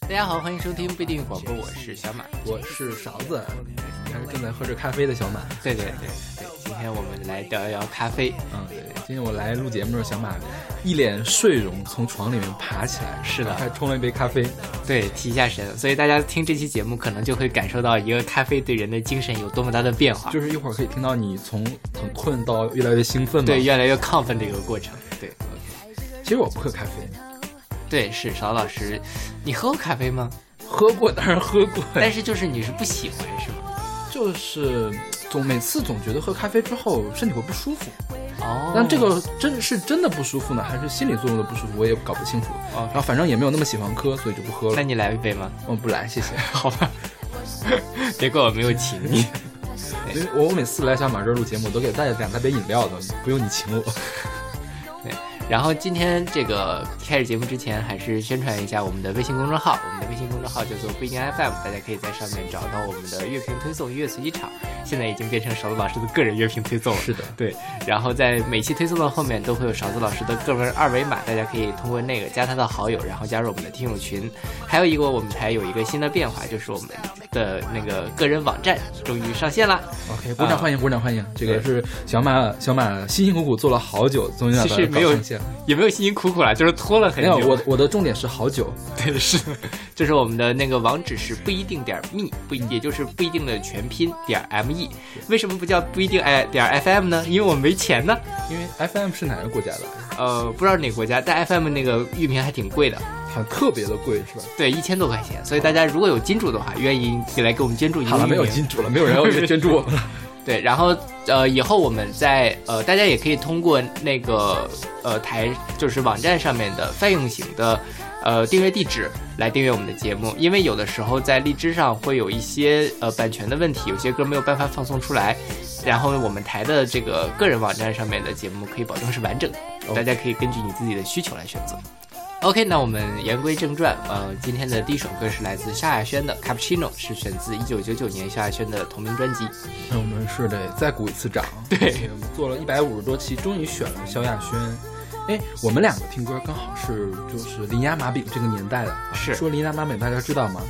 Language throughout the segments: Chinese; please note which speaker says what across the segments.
Speaker 1: 大家好，欢迎收听不一定广播，我是小马。
Speaker 2: 我是勺子，还是正在喝着咖啡的小马。
Speaker 1: 对对对对，今天我们来聊一聊咖啡。
Speaker 2: 嗯，对，今天我来录节目的时候，小马一脸睡容从床里面爬起来，
Speaker 1: 是的
Speaker 2: 还冲了一杯咖啡。
Speaker 1: 对，提一下神。所以大家听这期节目，可能就会感受到一个咖啡对人的精神有多么大的变化，
Speaker 2: 就是一会儿可以听到你从很困到越来越兴奋嘛。
Speaker 1: 对，，越来越亢奋的一个过程。对
Speaker 2: 其实我不喝咖啡，
Speaker 1: 对，是邵老师，你喝过咖啡吗？
Speaker 2: 喝过当然喝 过，
Speaker 1: 但是就是你是不喜欢是吗？
Speaker 2: 就是总每次总觉得喝咖啡之后身体会不舒服。
Speaker 1: 哦
Speaker 2: 但这个真是真的不舒服呢，还是心理作用的不舒服，我也搞不清楚。
Speaker 1: 哦
Speaker 2: 然后反正也没有那么喜欢喝，所以就不喝
Speaker 1: 那
Speaker 2: 了。
Speaker 1: 你来一杯吗？
Speaker 2: 我不来，谢谢。
Speaker 1: 好吧，别怪我没有请你。
Speaker 2: 因为我我每次来小马这儿录节目，我都给带两大杯饮料的，不用你请我。
Speaker 1: 对，然后今天这个开始节目之前，还是宣传一下我们的微信公众号。我们的微信公众号叫做不一定 FM，大家可以在上面找到我们的乐评推送、音乐随机场。现在已经变成勺子老师的个人乐评推送了。
Speaker 2: 是的
Speaker 1: 对。然后在每期推送的后面都会有勺子老师的个人二维码，大家可以通过那个加他的好友，然后加入我们的听友群。还有一个，我们台有一个新的变化，就是我们的那个个人网站终于上线了。
Speaker 2: OK，鼓掌欢迎，鼓掌欢迎！啊这个是小马，小马辛辛苦苦做了好久，终于把它
Speaker 1: 其实没有
Speaker 2: 搞上线了。
Speaker 1: 也没有辛辛苦苦啦，就是拖了很
Speaker 2: 没
Speaker 1: 久。
Speaker 2: 有，我我的重点是好久。
Speaker 1: 对，是，就是我们的那个网址是不一定点儿 me，不
Speaker 2: 嗯
Speaker 1: 一也就是不一定的全拼点儿 me。为什么不叫不一定哎点儿 fm 呢？因为我没钱呢。
Speaker 2: 因为 FM 是哪个国家的？
Speaker 1: 呃，不知道哪个国家，但 fm 那个域名还挺贵的，
Speaker 2: 好像特别的贵，是吧？
Speaker 1: 对，一千多块钱。所以大家如果有金主的话，愿意来给我们捐助一
Speaker 2: 好
Speaker 1: 个
Speaker 2: 了，
Speaker 1: 域
Speaker 2: 没有
Speaker 1: 名。
Speaker 2: 金主了，没有人要捐助我们了。
Speaker 1: 对，然后呃，以后我们在呃，大家也可以通过那个呃台，就是网站上面的泛用型的呃订阅地址来订阅我们的节目，因为有的时候在荔枝上会有一些呃版权的问题，有些歌没有办法放送出来，然后我们台的这个个人网站上面的节目可以保证是完整的，
Speaker 2: OK
Speaker 1: 大家可以根据你自己的需求来选择。OK，那我们言归正传，呃，今天的第一首歌是来自萧亚轩的《Cappuccino》，是选自一九九九年萧亚轩的同名专辑。
Speaker 2: 那我们是得再鼓一次掌。
Speaker 1: 对，
Speaker 2: 我们做了一百五十多期，终于选了萧亚轩。哎，我们两个听歌刚好是就是林鸭马饼这个年代的啊。
Speaker 1: 是
Speaker 2: 说林鸭马饼，大家知道吗？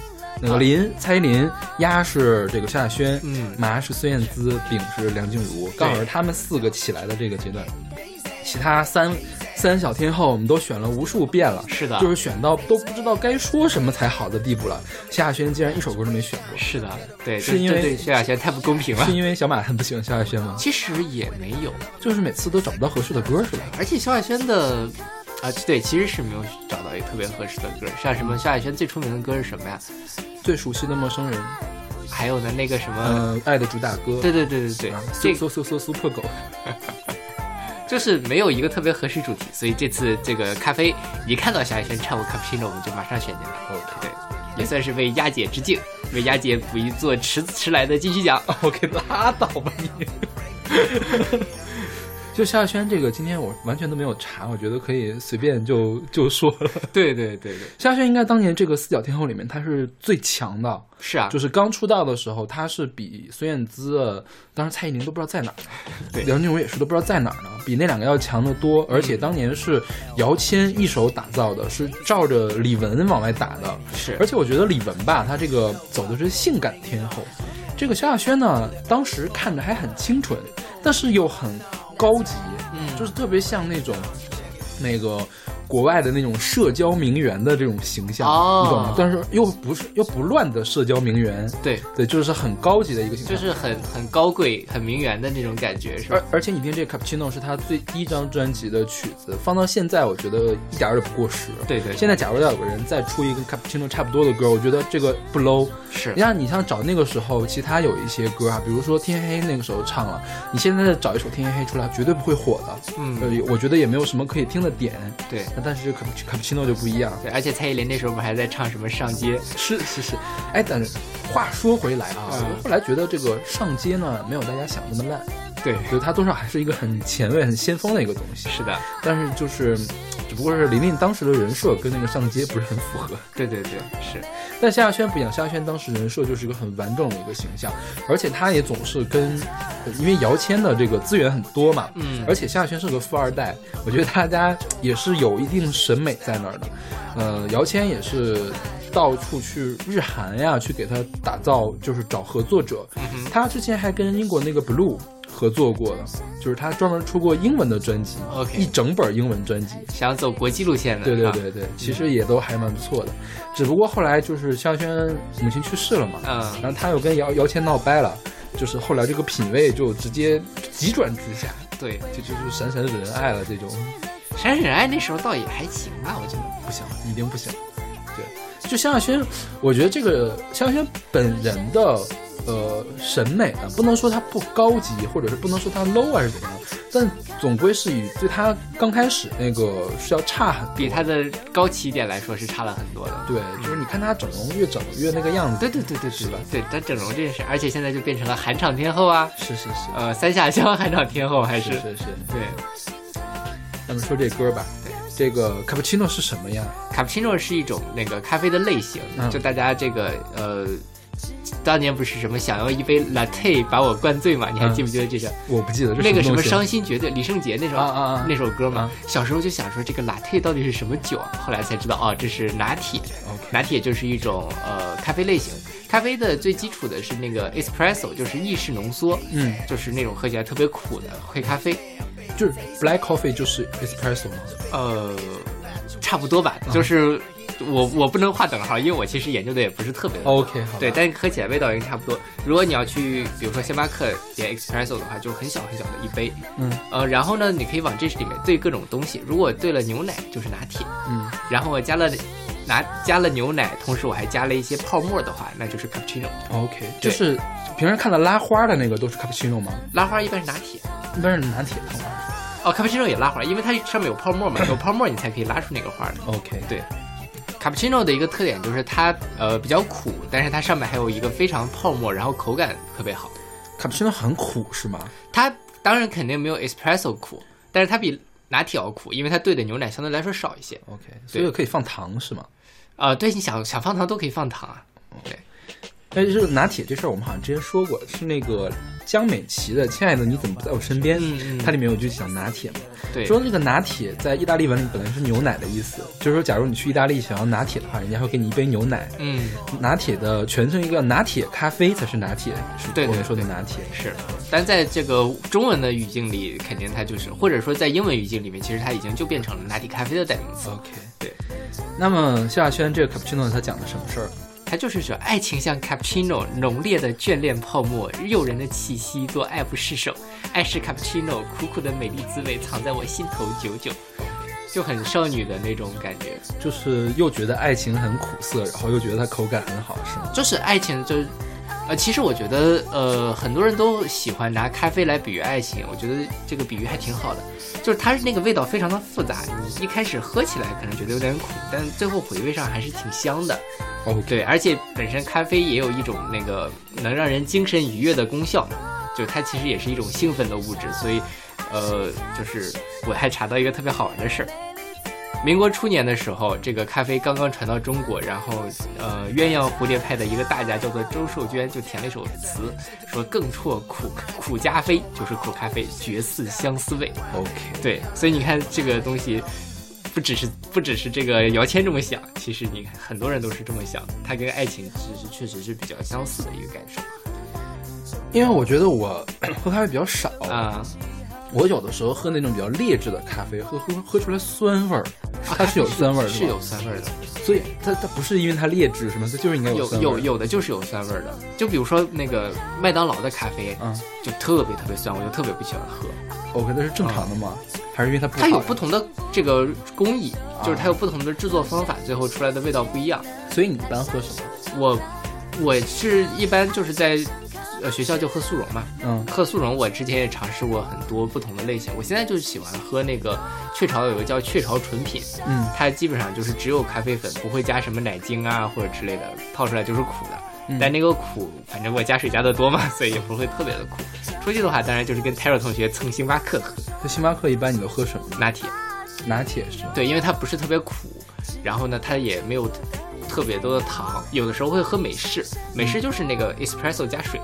Speaker 2: 那
Speaker 1: 啊
Speaker 2: 个林，蔡依林，鸭是这个萧亚轩，
Speaker 1: 嗯
Speaker 2: 麻是孙燕姿，饼是梁静茹，刚好是他们四个起来的这个阶段。其他三三小天后，我们都选了无数遍了，
Speaker 1: 是的
Speaker 2: 就是选到都不知道该说什么才好的地步了。萧亚轩竟然一首歌都没选过，
Speaker 1: 是的，对，
Speaker 2: 是
Speaker 1: 这
Speaker 2: 因为
Speaker 1: 这对萧亚轩太不公平了
Speaker 2: 是。因为小马很不喜欢萧亚轩吗？
Speaker 1: 其实也没有，
Speaker 2: 就是每次都找不到合适的歌，是吧？
Speaker 1: 而且萧亚轩的啊，对，其实是没有找到一个特别合适的歌。像
Speaker 2: 嗯
Speaker 1: 什么萧亚轩最出名的歌是什么呀？
Speaker 2: 最熟悉的陌生人，
Speaker 1: 还有呢，那个什么，
Speaker 2: 呃，爱的主打歌，
Speaker 1: 嗯对对对对对
Speaker 2: 啊，
Speaker 1: 这
Speaker 2: 搜搜搜搜搜破狗，
Speaker 1: 就是没有一个特别合适主题，所以这次这个咖啡一看到萧亚轩唱过《Cappuccino》，我们就马上选进来。
Speaker 2: OK
Speaker 1: 哦对，
Speaker 2: 嗯
Speaker 1: 也算是为丫姐致敬，为丫姐补一座迟迟 来的金曲奖。
Speaker 2: ，OK，拉倒吧你。 就萧亚轩这个，今天我完全都没有查，我觉得可以随便就就说了。
Speaker 1: 对对对对，
Speaker 2: 萧亚轩应该当年这个四小天后里面，她是最强的，
Speaker 1: 是啊，
Speaker 2: 就是刚出道的时候，她是比孙燕姿，呃当时蔡依林都不知道在哪儿，
Speaker 1: 对
Speaker 2: 梁静茹也是都不知道在哪儿呢，比那两个要强得多。而且当年是姚谦一手打造的，是照着李玟往外打的，
Speaker 1: 是
Speaker 2: 而且我觉得李玟吧，她这个走的是性感天后，这个萧亚轩呢，当时看着还很清纯，但是又很高级，
Speaker 1: 嗯
Speaker 2: 就是特别像那种那个国外的那种社交名媛的这种形象，
Speaker 1: 哦
Speaker 2: 你懂吗？但是又不是又不乱的社交名媛，
Speaker 1: 对，
Speaker 2: 对，就是很高级的一个形象。
Speaker 1: 就是很很高贵、很名媛的那种感觉，是吧
Speaker 2: 而？而且你听这个 Cappuccino 是他最第一张专辑的曲子，放到现在我觉得一点儿也不过时。
Speaker 1: 对对对
Speaker 2: 现在假如要有个人再出一个 Cappuccino 差不多的歌，我觉得这个不 low。
Speaker 1: 是
Speaker 2: 你像你像找那个时候，其他有一些歌啊，比如说《天黑黑》那个时候唱了，你现在找一首《天黑黑》出来，绝对不会火的。
Speaker 1: 嗯
Speaker 2: 呃，我觉得也没有什么可以听的点。
Speaker 1: 对
Speaker 2: 那但是 Cap Cappuccino 就不一样，
Speaker 1: 对，而且蔡依林那时候不还在唱什么上街？
Speaker 2: 是是是。哎，但是话说回来啊，
Speaker 1: 嗯
Speaker 2: 我后来觉得这个上街呢，没有大家想的那么烂，
Speaker 1: 对，
Speaker 2: 就是它多少还是一个很前卫、很先锋的一个东西。
Speaker 1: 是的，
Speaker 2: 但是就是，只不过是琳琳当时的人设跟那个上街不是很符合。
Speaker 1: 对对对，是
Speaker 2: 但萧亚轩不一样，萧亚轩当时人设就是一个很完整的一个形象，而且他也总是跟，呃因为姚谦的这个资源很多嘛，
Speaker 1: 嗯
Speaker 2: 而且萧亚轩是个富二代，我觉得大家也是有一定审美在那儿的，呃，姚谦也是到处去日韩呀，去给他打造，就是找合作者。
Speaker 1: 嗯
Speaker 2: 他之前还跟英国那个 Blue 合作过的，就是他专门出过英文的专辑
Speaker 1: OK
Speaker 2: 一整本英文专辑。
Speaker 1: 想走国际路线的，
Speaker 2: 对对
Speaker 1: 啊，
Speaker 2: 对对，其实也都还蛮不错的，只不过后来就是萧亚轩母亲去世了嘛，
Speaker 1: 嗯
Speaker 2: 然后他又跟姚姚谦闹掰了，就是后来这个品味就直接急转直下，
Speaker 1: 对，
Speaker 2: 就就就闪闪惹人爱了这种，
Speaker 1: 闪闪爱那时候倒也还行吧，我觉得，
Speaker 2: 不行，一定不行。对，就萧亚轩，我觉得这个萧亚轩本人的呃审美啊，不能说他不高级，或者是不能说他 low 啊还是怎么样，但总归是以对他刚开始那个是要差很多
Speaker 1: 比他的高起点来说是差了很多的。
Speaker 2: 对，就是你看他整容越整越那个样子，
Speaker 1: 对对对对
Speaker 2: 是吧
Speaker 1: 对，对，但整容这件事，而且现在就变成了韩场天后啊，
Speaker 2: 是是是，
Speaker 1: 呃，三下乡韩场天后还是
Speaker 2: 是是是。
Speaker 1: 对。
Speaker 2: 咱们说这歌吧，这个卡布奇诺是什么呀？
Speaker 1: 卡布奇诺是一种那个咖啡的类型，
Speaker 2: 嗯
Speaker 1: 就大家这个呃，当年不是什么想要一杯 latte 把我灌醉嘛？你还
Speaker 2: 嗯
Speaker 1: 记不记得这个、
Speaker 2: 我不记得，这
Speaker 1: 那个什
Speaker 2: 东
Speaker 1: 么
Speaker 2: 西
Speaker 1: 伤心绝对，李圣杰那首、
Speaker 2: 啊啊啊
Speaker 1: 那首歌嘛、
Speaker 2: 啊
Speaker 1: 小时候就想说这个 latte 到底是什么酒啊？后来才知道哦，这是拿铁。
Speaker 2: ？OK，
Speaker 1: 拿铁就是一种呃咖啡类型，咖啡的最基础的是那个 espresso，就是意式浓缩，
Speaker 2: 嗯，
Speaker 1: 就是那种喝起来特别苦的黑咖啡。
Speaker 2: 就是 black coffee 就是 espresso 嘛。
Speaker 1: 呃，差不多吧，
Speaker 2: 啊
Speaker 1: 就是我我不能画等号，因为我其实研究的也不是特别多。
Speaker 2: OK，好吧，
Speaker 1: 对，但是喝起来味道应该差不多。如果你要去，比如说星巴克点 espresso 的话，就很小很小的一杯。
Speaker 2: 嗯
Speaker 1: 呃，然后呢，你可以往这里面兑各种东西。如果兑了牛奶，就是拿铁。
Speaker 2: 嗯
Speaker 1: 然后我加了拿加了牛奶，同时我还加了一些泡沫的话，那就是 cappuccino。
Speaker 2: ，OK，就
Speaker 1: 对
Speaker 2: 是平时看到拉花的那个都是卡布奇诺吗？
Speaker 1: 拉花一般是拿铁。
Speaker 2: 一般是拿铁的吗
Speaker 1: 哦，cappuccino 也拉花，因为它上面有泡沫嘛， 有泡沫你才可以拉出那个花来。
Speaker 2: ？OK，
Speaker 1: 对卡布奇诺的一个特点就是它呃比较苦，但是它上面还有一个非常泡沫，然后口感特别好。
Speaker 2: 卡布奇诺很苦是吗？
Speaker 1: 它当然肯定没有 espresso 苦，但是它比拿铁要苦，因为它兑的牛奶相对来说少一些。
Speaker 2: OK，所以可以放糖是吗？
Speaker 1: 呃，对，你想想放糖都可以放糖啊。对，
Speaker 2: 但哎是拿铁这事儿我们好像之前说过，是那个江美琪的《亲爱的你怎么不在我身边》，
Speaker 1: 嗯嗯
Speaker 2: 它里面有句讲拿铁嘛，
Speaker 1: 对，
Speaker 2: 说这个拿铁在意大利文里本来是牛奶的意思，就是说假如你去意大利想要拿铁的话，人家会给你一杯牛奶。
Speaker 1: 嗯
Speaker 2: 拿铁的全称一个拿铁咖啡才是拿铁，是
Speaker 1: 对对
Speaker 2: 我们说的拿铁。
Speaker 1: 是，但在这个中文的语境里，肯定它就是，或者说在英文语境里面，其实它已经就变成了拿铁咖啡的代名词。
Speaker 2: OK，
Speaker 1: 对。
Speaker 2: 那么萧亚轩这个 cappuccino 它讲的什么事儿？
Speaker 1: 它就是说，爱情像 cappuccino，浓烈的眷恋泡沫，诱人的气息，多爱不释手。爱是 cappuccino，苦苦的美丽滋味藏在我心头久久，就很少女的那种感觉。
Speaker 2: 就是又觉得爱情很苦涩，然后又觉得它口感很好，是吗？
Speaker 1: 就是爱情，就是，呃，其实我觉得，呃，很多人都喜欢拿咖啡来比喻爱情，我觉得这个比喻还挺好的。就是它那个味道非常的复杂，你一开始喝起来可能觉得有点苦，但最后回味上还是挺香的。
Speaker 2: OK，
Speaker 1: 对，而且本身咖啡也有一种那个能让人精神愉悦的功效嘛，就它其实也是一种兴奋的物质，所以，呃，就是我还查到一个特别好玩的事儿。民国初年的时候，这个咖啡刚刚传到中国，然后，呃，鸳鸯蝴蝶派的一个大家叫做周寿娟，就填了一首词，说“更啜苦苦咖啡”，就是苦咖啡，绝似相思味。
Speaker 2: OK，
Speaker 1: 对，所以你看这个东西，不只是不只是这个姚谦这么想，其实你看很多人都是这么想的，他跟爱情其实确实是比较相似的一个感受
Speaker 2: 因为我觉得我 喝咖啡比较少，
Speaker 1: 啊。
Speaker 2: 我有的时候喝那种比较劣质的咖啡，喝喝喝出来酸味儿，它是有酸味儿，
Speaker 1: 啊是
Speaker 2: 吧
Speaker 1: 有，酸味儿的，
Speaker 2: 所以它它不是因为它劣质什么，它就是应该
Speaker 1: 有
Speaker 2: 酸味儿
Speaker 1: 有有的就是有酸味儿的。就比如说那个麦当劳的咖啡，
Speaker 2: 嗯
Speaker 1: 就特别特别酸，我就特别不喜欢喝。
Speaker 2: ，OK，那是正常的吗？还是因为啊它不
Speaker 1: 它有
Speaker 2: 好
Speaker 1: 不啊同的这个工艺，就是它有不同的制作方法，最后出来的味道不一样。
Speaker 2: 所以你一般喝什么？
Speaker 1: 我我是一般就是在呃学校就喝速溶嘛，
Speaker 2: 嗯
Speaker 1: 喝速溶，我之前也尝试过很多不同的类型。我现在就喜欢喝那个雀巢有个叫雀巢纯品，
Speaker 2: 嗯
Speaker 1: 它基本上就是只有咖啡粉，不会加什么奶精啊或者之类的，泡出来就是苦的。
Speaker 2: 嗯
Speaker 1: 但那个苦，反正我加水加的多嘛，所以也不会特别的苦。出去的话，当然就是跟 Taro 同学蹭星巴克喝
Speaker 2: 在星巴克一般你都喝什么？
Speaker 1: 拿铁，
Speaker 2: 拿铁是吗？
Speaker 1: 对，因为它不是特别苦，然后呢，它也没有特别多的糖，有的时候会喝美式，美式就是那个 espresso 加水，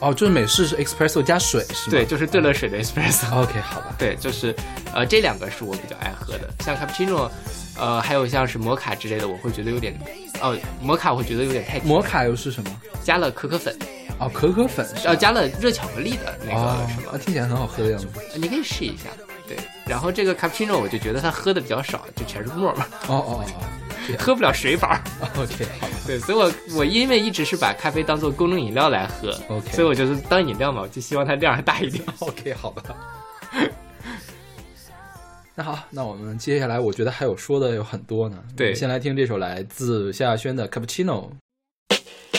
Speaker 2: 哦，就是美式是 espresso 加水是吗？
Speaker 1: 对，就是兑了水的 espresso。
Speaker 2: ，OK，好吧，
Speaker 1: 对，就是，呃，这两个是我比较爱喝的，像 cappuccino，呃，还有像是摩卡之类的，我会觉得有点，哦，摩卡我觉得有点太甜
Speaker 2: 摩卡又是什么？
Speaker 1: 加了可可粉，
Speaker 2: 哦，可可粉是吧
Speaker 1: 呃，加了热巧克力的那
Speaker 2: 哦
Speaker 1: 个什么，
Speaker 2: 啊听起来很好喝的样子。
Speaker 1: 你可以试一下。对，然后这个 cappuccino 我就觉得它喝的比较少，就全是沫儿嘛，
Speaker 2: 哦哦哦
Speaker 1: 喝不了水饱儿。
Speaker 2: 哦，OK，好 吧，
Speaker 1: 对，所以我我因为一直是把咖啡当做功能饮料来喝
Speaker 2: OK
Speaker 1: 所以我就是当饮料嘛，我就希望它量还大一点。
Speaker 2: ，OK，好吧。 那好，那我们接下来我觉得还有说的有很多呢。
Speaker 1: 对
Speaker 2: 我们先来听这首来自夏轩的《Cappuccino》。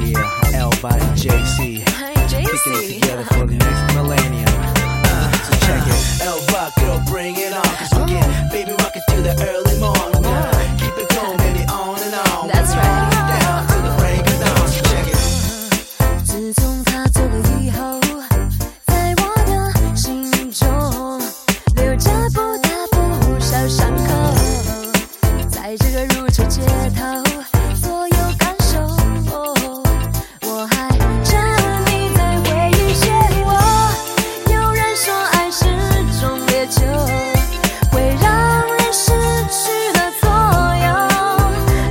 Speaker 3: Yeah, L by JC.
Speaker 4: Hi,
Speaker 3: Picking it
Speaker 4: JC.
Speaker 3: together for the next millennium. Uh, so check it. L rock, girl, bring it on. Cause we get baby rockin' till the early morning. Uh, keep it going, baby, on and on.
Speaker 4: That's right.
Speaker 3: Down to the break of dawn. So check it.
Speaker 4: 自从他走了以后，在我的心中留着不大不小伤口，在这个如旧街头，所有感受，我还沉迷在回忆漩涡。有人说爱是种烈酒，会让人失去了左右。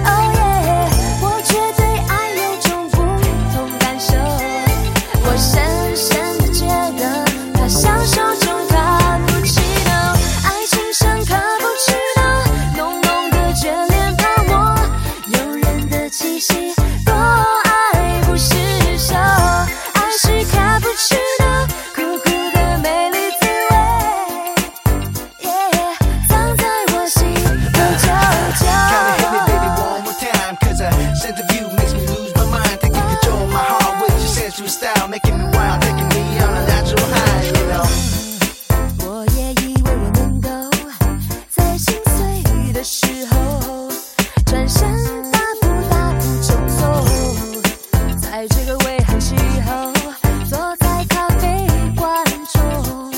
Speaker 4: 哦耶，我却对爱有种不同感受。我深深的觉得，它像手中卡布奇诺，爱情像卡布奇诺，浓浓的眷恋泡沫，诱人的气息，多爱不释手。爱是卡布奇诺，苦苦的美丽滋味，耶藏在我心的久
Speaker 3: Kinda hit me, baby,
Speaker 4: 久。
Speaker 3: one more time. Cause her sense of you makes me lose my mind. Taking control of my heart with your sensual style. Making me wild, taking me on a natural high, you know.
Speaker 4: 我也以为我能够在心碎的时候转身大步大步就走，在这个危寒气候，坐在咖啡馆中，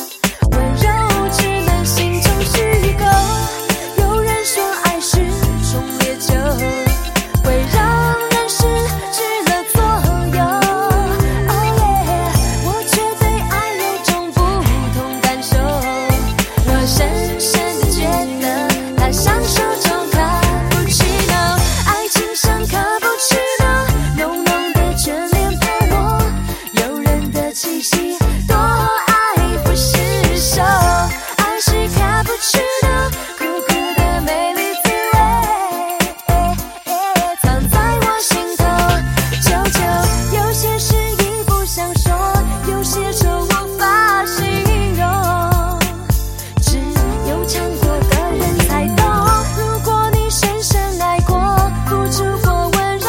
Speaker 4: 温柔只能心中虚构。有人说爱是种烈酒，会让人失去了左右。哦耶，我却对爱有种不同感受。我深深的觉得，它像手中卡布奇诺，爱情像卡布奇诺，浓浓的眷恋泡沫，诱人的气息，多爱不释手。爱是卡布奇诺，苦苦的美丽滋味，藏在我心头。久久，有些事已不想说，有些愁无法形容。只有尝过的人才懂。如果你深深爱过，付出过温柔，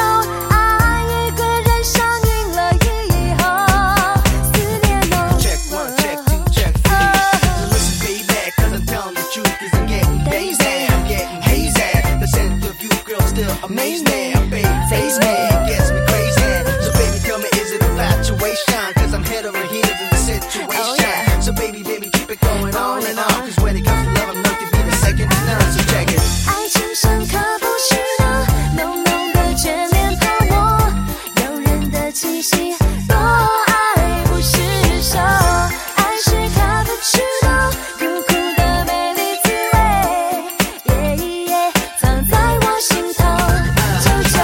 Speaker 4: 爱一个人上瘾了以后，思念哦。
Speaker 3: Check one, check two, check three. Now listen, baby, cause I'm telling the truth. Cause I'm getting dazed, I'm getting hazy. The scent of you, girl, still amazed me. Baby, face me, gets me crazy. So, baby, tell me, is it infatuation? Cause I'm head over heels in the situation.
Speaker 4: Oh, yeah.
Speaker 3: So, baby, baby, keep it going on and on. Cause when it comes to love, I'm known to be the second to none. So, check it.
Speaker 4: 爱情像可不是那浓浓的眷恋泡沫，诱人的气息，多爱不释手。爱是卡布奇诺，苦苦的美丽滋味，耶耶，藏在我心头，久久。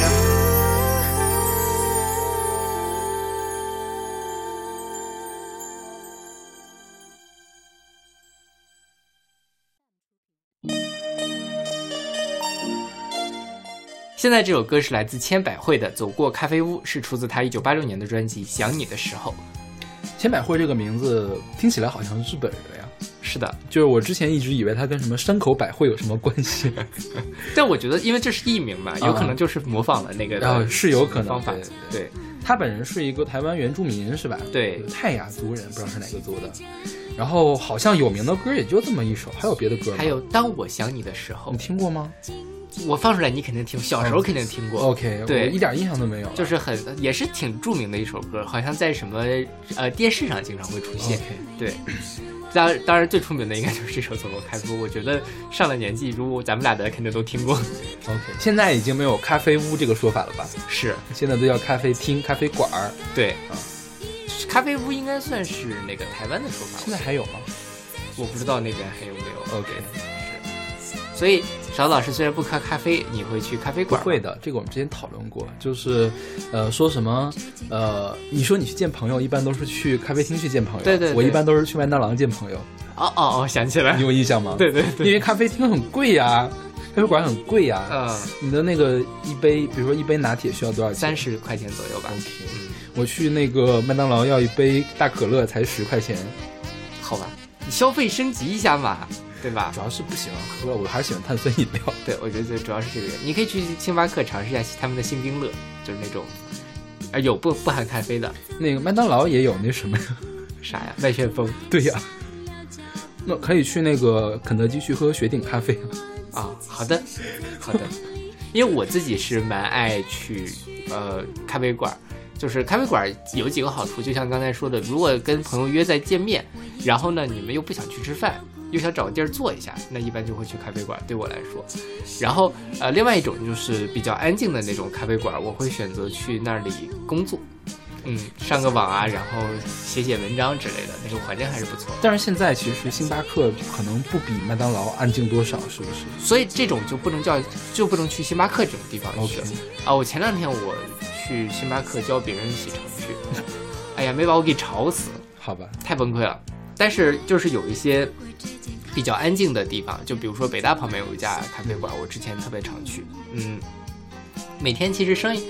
Speaker 3: Yeah.
Speaker 1: 现在这首歌是来自千百惠的《走过咖啡屋》，是出自她一九八六年的专辑《想你的时候》。
Speaker 2: 千百惠这个名字听起来好像是日本人的呀，
Speaker 1: 是的，
Speaker 2: 就是我之前一直以为它跟什么山口百惠有什么关 系，
Speaker 1: 但我觉得因为这是艺名嘛，有可能就是模仿了那个
Speaker 2: 嗯啊是有可能
Speaker 1: 方法
Speaker 2: 对。
Speaker 1: 对，
Speaker 2: 他本人是一个台湾原住民是吧？
Speaker 1: 对
Speaker 2: 泰雅族人，不知道是哪个族的。然后好像有名的歌也就这么一首，还有别的歌吗？
Speaker 1: 还有当我想你的时候
Speaker 2: 你，听过吗？哦
Speaker 1: 我放出来你肯定听，小时候肯定听过。
Speaker 2: OK，
Speaker 1: 对
Speaker 2: 我一点印象都没有。
Speaker 1: 就是很也是挺著名的一首歌，好像在什么呃电视上经常会出现。
Speaker 2: OK，
Speaker 1: 对，当当然最出名的应该就是这首《走楼开封》，我觉得上了年纪，如果咱们俩的肯定都听过。
Speaker 2: OK，现在已经没有咖啡屋这个说法了吧？
Speaker 1: 是
Speaker 2: 现在都叫咖啡厅、咖啡馆儿。
Speaker 1: 对
Speaker 2: 啊，
Speaker 1: 咖啡屋应该算是那个台湾的说法，
Speaker 2: 现在还有吗
Speaker 1: 我不知道那边还有没有。
Speaker 2: ？OK，
Speaker 1: 所以勺子老师虽然不喝咖啡，你会去咖啡
Speaker 2: 不
Speaker 1: 馆？
Speaker 2: 会。的，这个我们之前讨论过，就是，呃，说什么，呃，你说你去见朋友，一般都是去咖啡厅去见朋友，
Speaker 1: 对对对
Speaker 2: 我一般都是去麦当劳见 朋友，
Speaker 1: 哦哦哦，想起来
Speaker 2: 你
Speaker 1: 了，
Speaker 2: 有印象吗？
Speaker 1: 对对对，
Speaker 2: 因为咖啡厅很贵呀、咖啡馆很贵呀、
Speaker 1: 嗯、
Speaker 2: 你的那个一杯，比如说一杯拿铁需要多少钱？
Speaker 1: 三。十块钱左右吧。
Speaker 2: OK，
Speaker 1: 嗯，
Speaker 2: 我去那个麦当劳要一杯大可乐才十块钱，
Speaker 1: 好吧，你消费升级一下嘛，对吧
Speaker 2: 主？要是不喜欢喝，我还是喜欢碳酸饮 料。
Speaker 1: 对，我觉得最主要是这个原因。你可以去星巴克尝试一下他们的新冰乐，就是那种，啊，有不不含咖啡的，
Speaker 2: 那个麦当劳也有那什么呀？
Speaker 1: 啥呀？麦旋风
Speaker 2: 对呀、那可以去那个肯德基去喝雪顶咖啡啊。
Speaker 1: 啊、好的，好的。因为我自己是蛮爱去呃咖啡馆儿，就是咖啡馆儿有几个好处，就像刚才说的，如果跟朋友约在见面，然后呢你们又不想去吃饭，又想找个地儿坐一下，那一般就会去咖啡馆儿。对我来说，然后呃另外一种就是比较安静的那种咖啡馆儿，我会选择去那里工作。嗯，上个网啊，然后写写文章之类的，那个环境还是不错的。
Speaker 2: 但是现在其实星巴克可能不比麦当劳安静多少，是不是？
Speaker 1: 所以这种就不能叫，就不能去星巴克这种地方去
Speaker 2: OK
Speaker 1: 啊！我前两天我去星巴克教别人写程序， 哎呀，没把我给吵死，
Speaker 2: 好吧，
Speaker 1: 太崩溃了。但是就是有一些比较安静的地方，就比如说北大旁边有一家咖啡馆，我之前特别常去，嗯，每天其实生意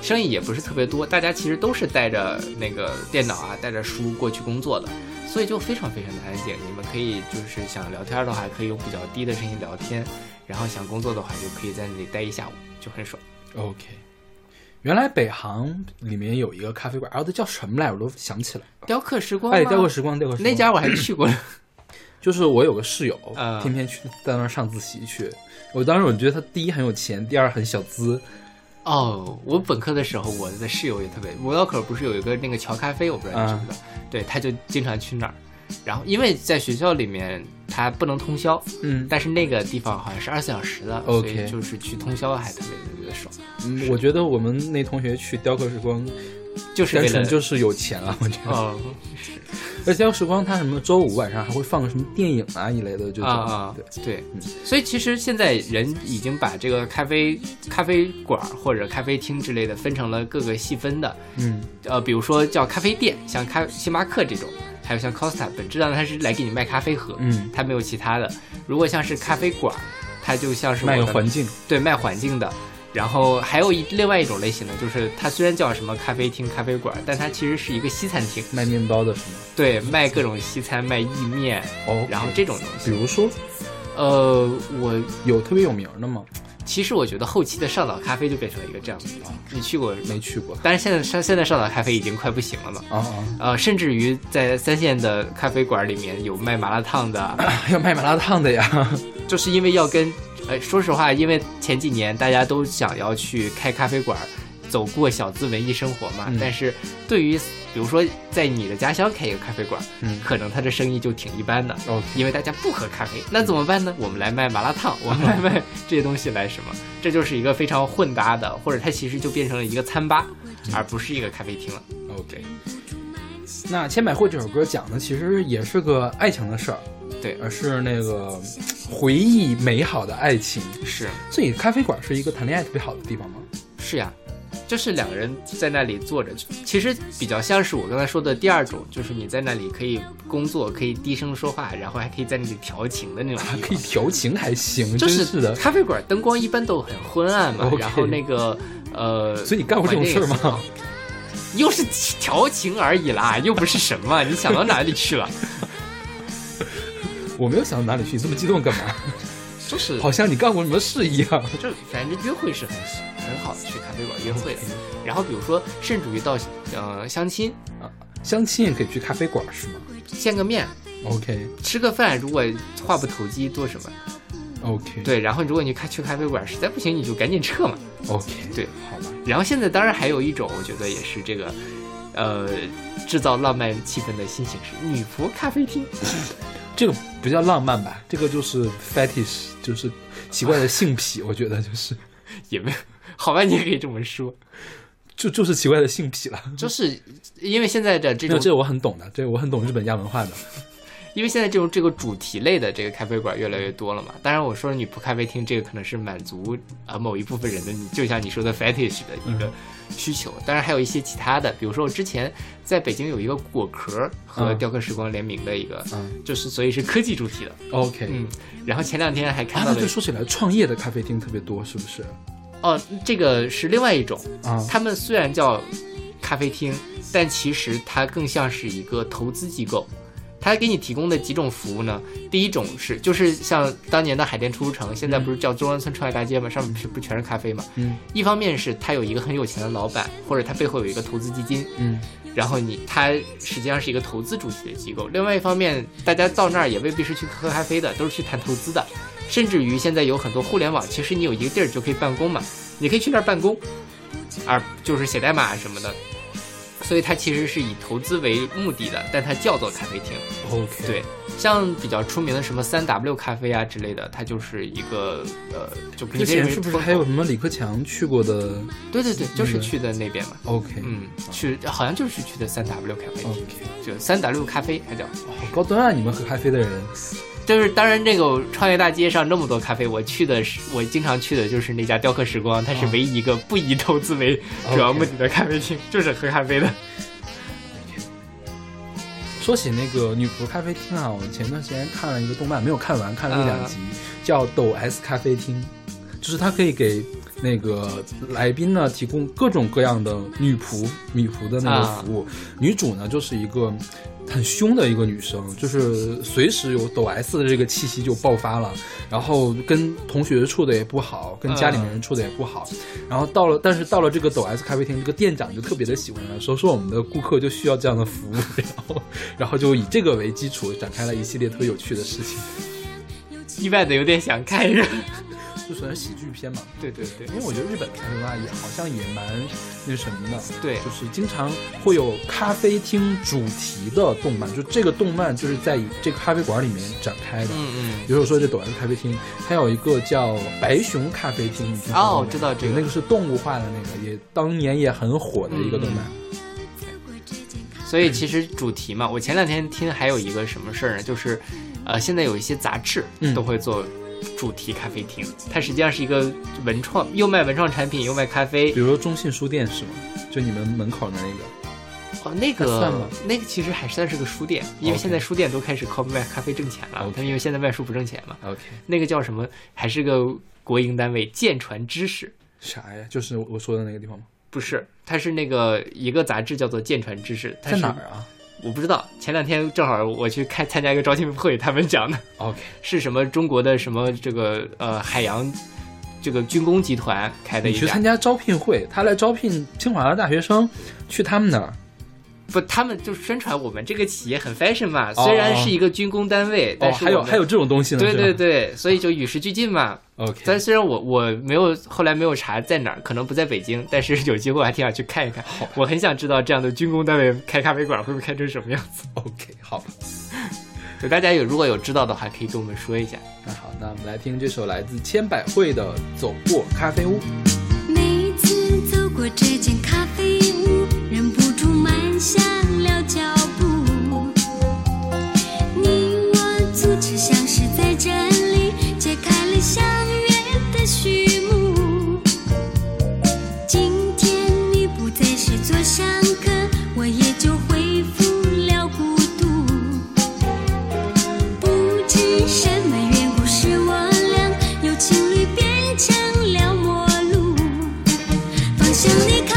Speaker 1: 生意也不是特别多，大家其实都是带着那个电脑啊，带着书过去工作的，所以就非常非常的安静。你们可以就是想聊天的话，可以用比较低的声音聊天，然后想工作的话，就可以在那里待一下午，就很爽。
Speaker 2: OK，原来北航里面有一个咖啡馆，然后它叫什么来着？我都想不起来。
Speaker 1: 雕刻时光吗，
Speaker 2: 哎，雕刻时光，雕刻时光
Speaker 1: 那家我还去过了，
Speaker 2: 就是我有个室友，
Speaker 1: 啊
Speaker 2: 天天去在那儿上自习去。我当时我觉得他第一很有钱，第二很小资。
Speaker 1: 哦，我本科的时候，我的室友也特别，五道口不是有一个那个乔咖啡，我不知道你知不知道，嗯对，他就经常去那儿。然后，因为在学校里面他不能通宵，
Speaker 2: 嗯，
Speaker 1: 但是那个地方好像是二十四小时的
Speaker 2: OK
Speaker 1: 所以就是去通宵还特别特别的爽，
Speaker 2: 嗯我觉得我们那同学去雕刻时光，
Speaker 1: 就是
Speaker 2: 单
Speaker 1: 为了
Speaker 2: 纯就是有钱啊，我觉得。
Speaker 1: 哦，
Speaker 2: 而且雕刻时光它什么周五晚上还会放个什么电影啊一类的这种。
Speaker 1: 啊啊
Speaker 2: 对，
Speaker 1: 对，所以其实现在人已经把这个咖啡咖啡馆儿或者咖啡厅之类的分成了各个细分的，
Speaker 2: 嗯，
Speaker 1: 呃，比如说叫咖啡店，像咖星巴克这种，还有像 Costa，本质上它是来给你卖咖啡喝，
Speaker 2: 嗯
Speaker 1: 它没有其他的。如果像是咖啡馆儿，它就像是我
Speaker 2: 卖个
Speaker 1: 的
Speaker 2: 环境。
Speaker 1: 对卖环境的。然后还有一另外一种类型呢，就是它虽然叫什么咖啡厅、咖啡馆儿，但它其实是一个西餐厅，
Speaker 2: 卖面包的什么？
Speaker 1: 对，卖各种西餐、卖意面，
Speaker 2: 哦，
Speaker 1: 然后这种东
Speaker 2: 比
Speaker 1: 西。
Speaker 2: 如说
Speaker 1: 呃，我
Speaker 2: 有特别有名的吗？
Speaker 1: 其实我觉得后期的上岛咖啡就变成了一个这样的地
Speaker 2: 哦
Speaker 1: 方，你去过没
Speaker 2: 没？去过。
Speaker 1: 但是现在上现在上岛咖啡已经快不行了嘛，
Speaker 2: 啊啊！
Speaker 1: 呃，甚至于在三线的咖啡馆里面有卖麻辣烫的， 啊
Speaker 2: 要卖麻辣烫的呀。
Speaker 1: 就是因为要跟，呃，说实话，因为前几年大家都想要去开咖啡馆，走过小资文艺生活嘛。
Speaker 2: 嗯
Speaker 1: 但是对于比如说在你的家乡开一个咖啡馆，
Speaker 2: 嗯
Speaker 1: 可能他这生意就挺一般的，
Speaker 2: OK，
Speaker 1: 因为大家不喝咖啡，那怎么办呢？我们来卖麻辣烫，我们来卖这些东西来什么？这就是一个非常混搭的，或者它其实就变成了一个餐吧，而不是一个咖啡厅了。
Speaker 2: OK，那《千百惠》这首歌讲的其实也是个爱情的事儿，
Speaker 1: 对，
Speaker 2: 而是那个回忆美好的爱情。
Speaker 1: 是。
Speaker 2: 所以咖啡馆是一个谈恋爱特别好的地方吗？
Speaker 1: 是呀，就是两个人在那里坐着，其实比较像是我刚才说的第二种，就是你在那里可以工作，可以低声说话，然后还可以在那里调情的那种地
Speaker 2: 可以
Speaker 1: 方。
Speaker 2: 调情还行，
Speaker 1: 就
Speaker 2: 真哎是的。
Speaker 1: 咖啡馆灯光一般都很昏暗嘛
Speaker 2: OK
Speaker 1: 然后那个呃，
Speaker 2: 所以你干过这种事儿
Speaker 1: 环境也
Speaker 2: 吗
Speaker 1: 是？又是调情而已啦，又不是什么，你想到哪里去了？
Speaker 2: 我没有想到哪里去，你这么激动干嘛？
Speaker 1: 就是
Speaker 2: 好像你干过什么事一样。
Speaker 1: 就反正约会是很很好去咖啡馆约会的。然后比如说，甚至于到呃相亲
Speaker 2: 相亲也可以去咖啡馆是吗
Speaker 1: 见个面，
Speaker 2: ？OK，
Speaker 1: 吃个饭，如果话不投机，做什么？
Speaker 2: OK，
Speaker 1: 对，然后如果你看去咖啡馆实在不行，你就赶紧撤嘛。
Speaker 2: ，OK，
Speaker 1: 对，
Speaker 2: 好吧，
Speaker 1: 然后现在当然还有一种，我觉得也是这个，呃，制造浪漫气氛的新形式——女仆咖啡厅。
Speaker 2: 这个不叫浪漫吧？这个就是 fetish，就是奇怪的性 癖，我觉得就是
Speaker 1: 也没有，好吧，你也可以这么说，
Speaker 2: 就就是奇怪的性癖了。
Speaker 1: 就是因为现在的这
Speaker 2: 没有，
Speaker 1: 种，
Speaker 2: 这个我很懂的，这个我很懂日本亚文化的。
Speaker 1: 因为现在这种这个主题类的这个咖啡馆越来越多了嘛。当然，我说女仆咖啡厅这个可能是满足啊、呃某一部分人的，你就像你说的 fetish 的一
Speaker 2: 嗯
Speaker 1: 个需求。当然还有一些其他的，比如说我之前在北京有一个果壳和
Speaker 2: 嗯
Speaker 1: 雕刻时光联名的一个，
Speaker 2: 嗯
Speaker 1: 就是所以是科技主题的，
Speaker 2: OK，、
Speaker 1: 嗯。然后前两天还
Speaker 2: 啊
Speaker 1: 看，到
Speaker 2: 那
Speaker 1: 了
Speaker 2: 就说起来，创业的咖啡厅特别多，是不是？
Speaker 1: 哦，这个是另外一种。
Speaker 2: 啊，
Speaker 1: 他们虽然叫咖啡厅，但其实它更像是一个投资机构。它给你提供的几种服务呢？第一种是，就是像当年的海淀出租城，现在不是叫中关村创业大街吗？上面不全是咖啡吗？
Speaker 2: 嗯
Speaker 1: 一方面是他有一个很有钱的老板，或者他背后有一个投资基金，
Speaker 2: 嗯
Speaker 1: 然后你它实际上是一个投资主体的机构。另外一方面，大家到那儿也未必是去喝咖啡的，都是去谈投资的。甚至于现在有很多互联网，其实你有一个地儿就可以办公嘛，你可以去那儿办公，而就是写代码什么的。所以它其实是以投资为目的的，但它叫做咖啡厅。
Speaker 2: ，OK，
Speaker 1: 对，像比较出名的什么三 W 咖啡啊之类的，它就是一个呃，就可以
Speaker 2: 之前
Speaker 1: 认为
Speaker 2: 是不是
Speaker 1: 风口
Speaker 2: 还有嗯什么李克强去过的
Speaker 1: 对对对，就是
Speaker 2: 那个
Speaker 1: 去的那边嘛。
Speaker 2: ？OK，、
Speaker 1: 嗯，
Speaker 2: 哦
Speaker 1: 去好像就是去的三 W 咖啡厅。
Speaker 2: OK，
Speaker 1: 就三 W 咖啡，它叫。
Speaker 2: 好高端啊！你们喝咖啡的人，
Speaker 1: 就是当然，这个创业大街上那么多咖啡，我去的是我经常去的就是那家雕刻时光，它是唯一一个不以投资为主要目的的咖啡厅，就是喝咖啡的。
Speaker 2: 说起那个女仆咖啡厅啊，我前段时间看了一个动漫，没有看完，看了一两集，叫《抖 S 咖啡厅》，就是它可以给那个来宾呢提供各种各样的女仆、女仆的那个服务。女主呢就是一个很凶的一个女生，就是随时有抖 S 的这个气息就爆发了，然后跟同学处的也不好，跟家里面人处的也不好，然后到了，但是到了这个抖 S 咖啡厅，这个店长就特别的喜欢了，说说我们的顾客就需要这样的服务，然后然后就以这个为基础展开了一系列特别有趣的事情，
Speaker 1: 意外的有点想看一下。
Speaker 2: 就算是喜剧片嘛。
Speaker 1: 对对对
Speaker 2: 因为我觉得日本片的话也好像也蛮那什么的，
Speaker 1: 对
Speaker 2: 就是经常会有咖啡厅主题的动漫，就这个动漫就是在以这个咖啡馆里面展开的。
Speaker 1: 嗯嗯，
Speaker 2: 比如说这抖 S 咖啡厅，还有一个叫白熊咖啡厅，你听说过
Speaker 1: 哦
Speaker 2: 吗
Speaker 1: 知道这个
Speaker 2: 对那个是动物化的那个，也当年也很火的一个动漫。
Speaker 1: 嗯所以其实主题嘛，我前两天听还有一个什么事儿呢，就是，呃，现在有一些杂志
Speaker 2: 嗯
Speaker 1: 都会做主题咖啡厅，它实际上是一个文创，又卖文创产品，又卖咖啡
Speaker 2: 比。如说中信书店是吗？就你们门口的那个。
Speaker 1: 哦，那
Speaker 2: 它算吗
Speaker 1: 个那个其实还算是个书店，因为
Speaker 2: OK
Speaker 1: 现在书店都开始靠卖咖啡挣钱了
Speaker 2: OK，
Speaker 1: 他们因为现在卖书不挣钱嘛。
Speaker 2: OK，
Speaker 1: 那个叫什么？还是个国营单位，舰船知识
Speaker 2: 啥呀？就是我我说的那个地方吗？
Speaker 1: 不是，它是那个一个杂志叫做《舰船知识》，它
Speaker 2: 在
Speaker 1: 是
Speaker 2: 哪儿啊
Speaker 1: 我不知道。前两天正好我去看参加一个招聘会，他们讲的
Speaker 2: ？OK，
Speaker 1: 是什么中国的什么这个呃海洋这个军工集团开的
Speaker 2: 你
Speaker 1: 一
Speaker 2: 去
Speaker 1: 家
Speaker 2: 参，加招聘会，他来招聘清华的大学生，去他们那儿。
Speaker 1: 不，他们就宣传我们这个企业很 fashion 嘛，
Speaker 2: 哦
Speaker 1: 虽然是一个军工单位，
Speaker 2: 哦，
Speaker 1: 但是
Speaker 2: 还有
Speaker 1: 我们
Speaker 2: 还有这种东西呢？
Speaker 1: 对对
Speaker 2: 是吧
Speaker 1: 对，所以就与时俱进嘛。但
Speaker 2: ，OK，
Speaker 1: 虽然我我没有后来没有查在哪儿，可能不在北京，但是有机会我还挺想去看一看。我很想知道这样的军工单位开咖啡馆会不会开成什么样子。
Speaker 2: OK，好吧。
Speaker 1: 就大家有如果有知道的话，可以跟我们说一下。
Speaker 2: 那好，那我们来听这首来自千百惠的《走过咖啡屋》。
Speaker 4: 每一次走过这间咖啡屋，忍不住慢下了脚步。你我初次相识在这里，揭开了相约的序幕。今天你不再是座上客，我也就恢复了孤独。不知什么缘故，使我俩由情侣变成了陌路。方向你看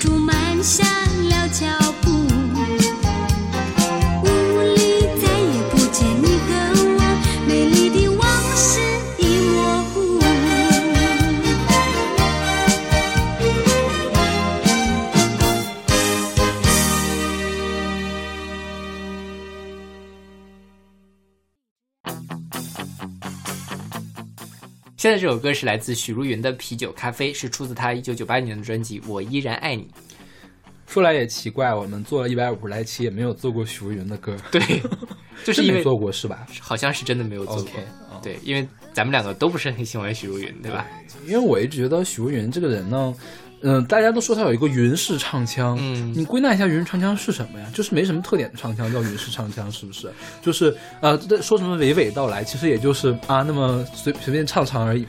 Speaker 4: 速慢下了脚步，雾里再也不见你和我，美丽的往事已模糊。
Speaker 1: 现在这首歌是来自许茹芸的《啤酒咖啡》，是出自她一九九八年的专辑《我依然爱你》。
Speaker 2: 说来也奇怪，我们做了一百五十来期，也没有做过许茹芸的歌，
Speaker 1: 对，就是因
Speaker 2: 真没
Speaker 1: 为
Speaker 2: 做过是吧？
Speaker 1: 好像是真的没有做过
Speaker 2: OK，嗯。
Speaker 1: 对，因为咱们两个都不是很喜欢许茹芸，对吧？
Speaker 2: 因为我一直觉得许茹芸这个人呢，嗯、大家都说她有一个云式唱腔，
Speaker 1: 嗯
Speaker 2: 你归纳一下云式唱腔是什么呀？就是没什么特点的唱腔叫云式唱腔，是不是？就是呃，这说什么娓娓道来，其实也就是啊，那么随随便唱唱而已。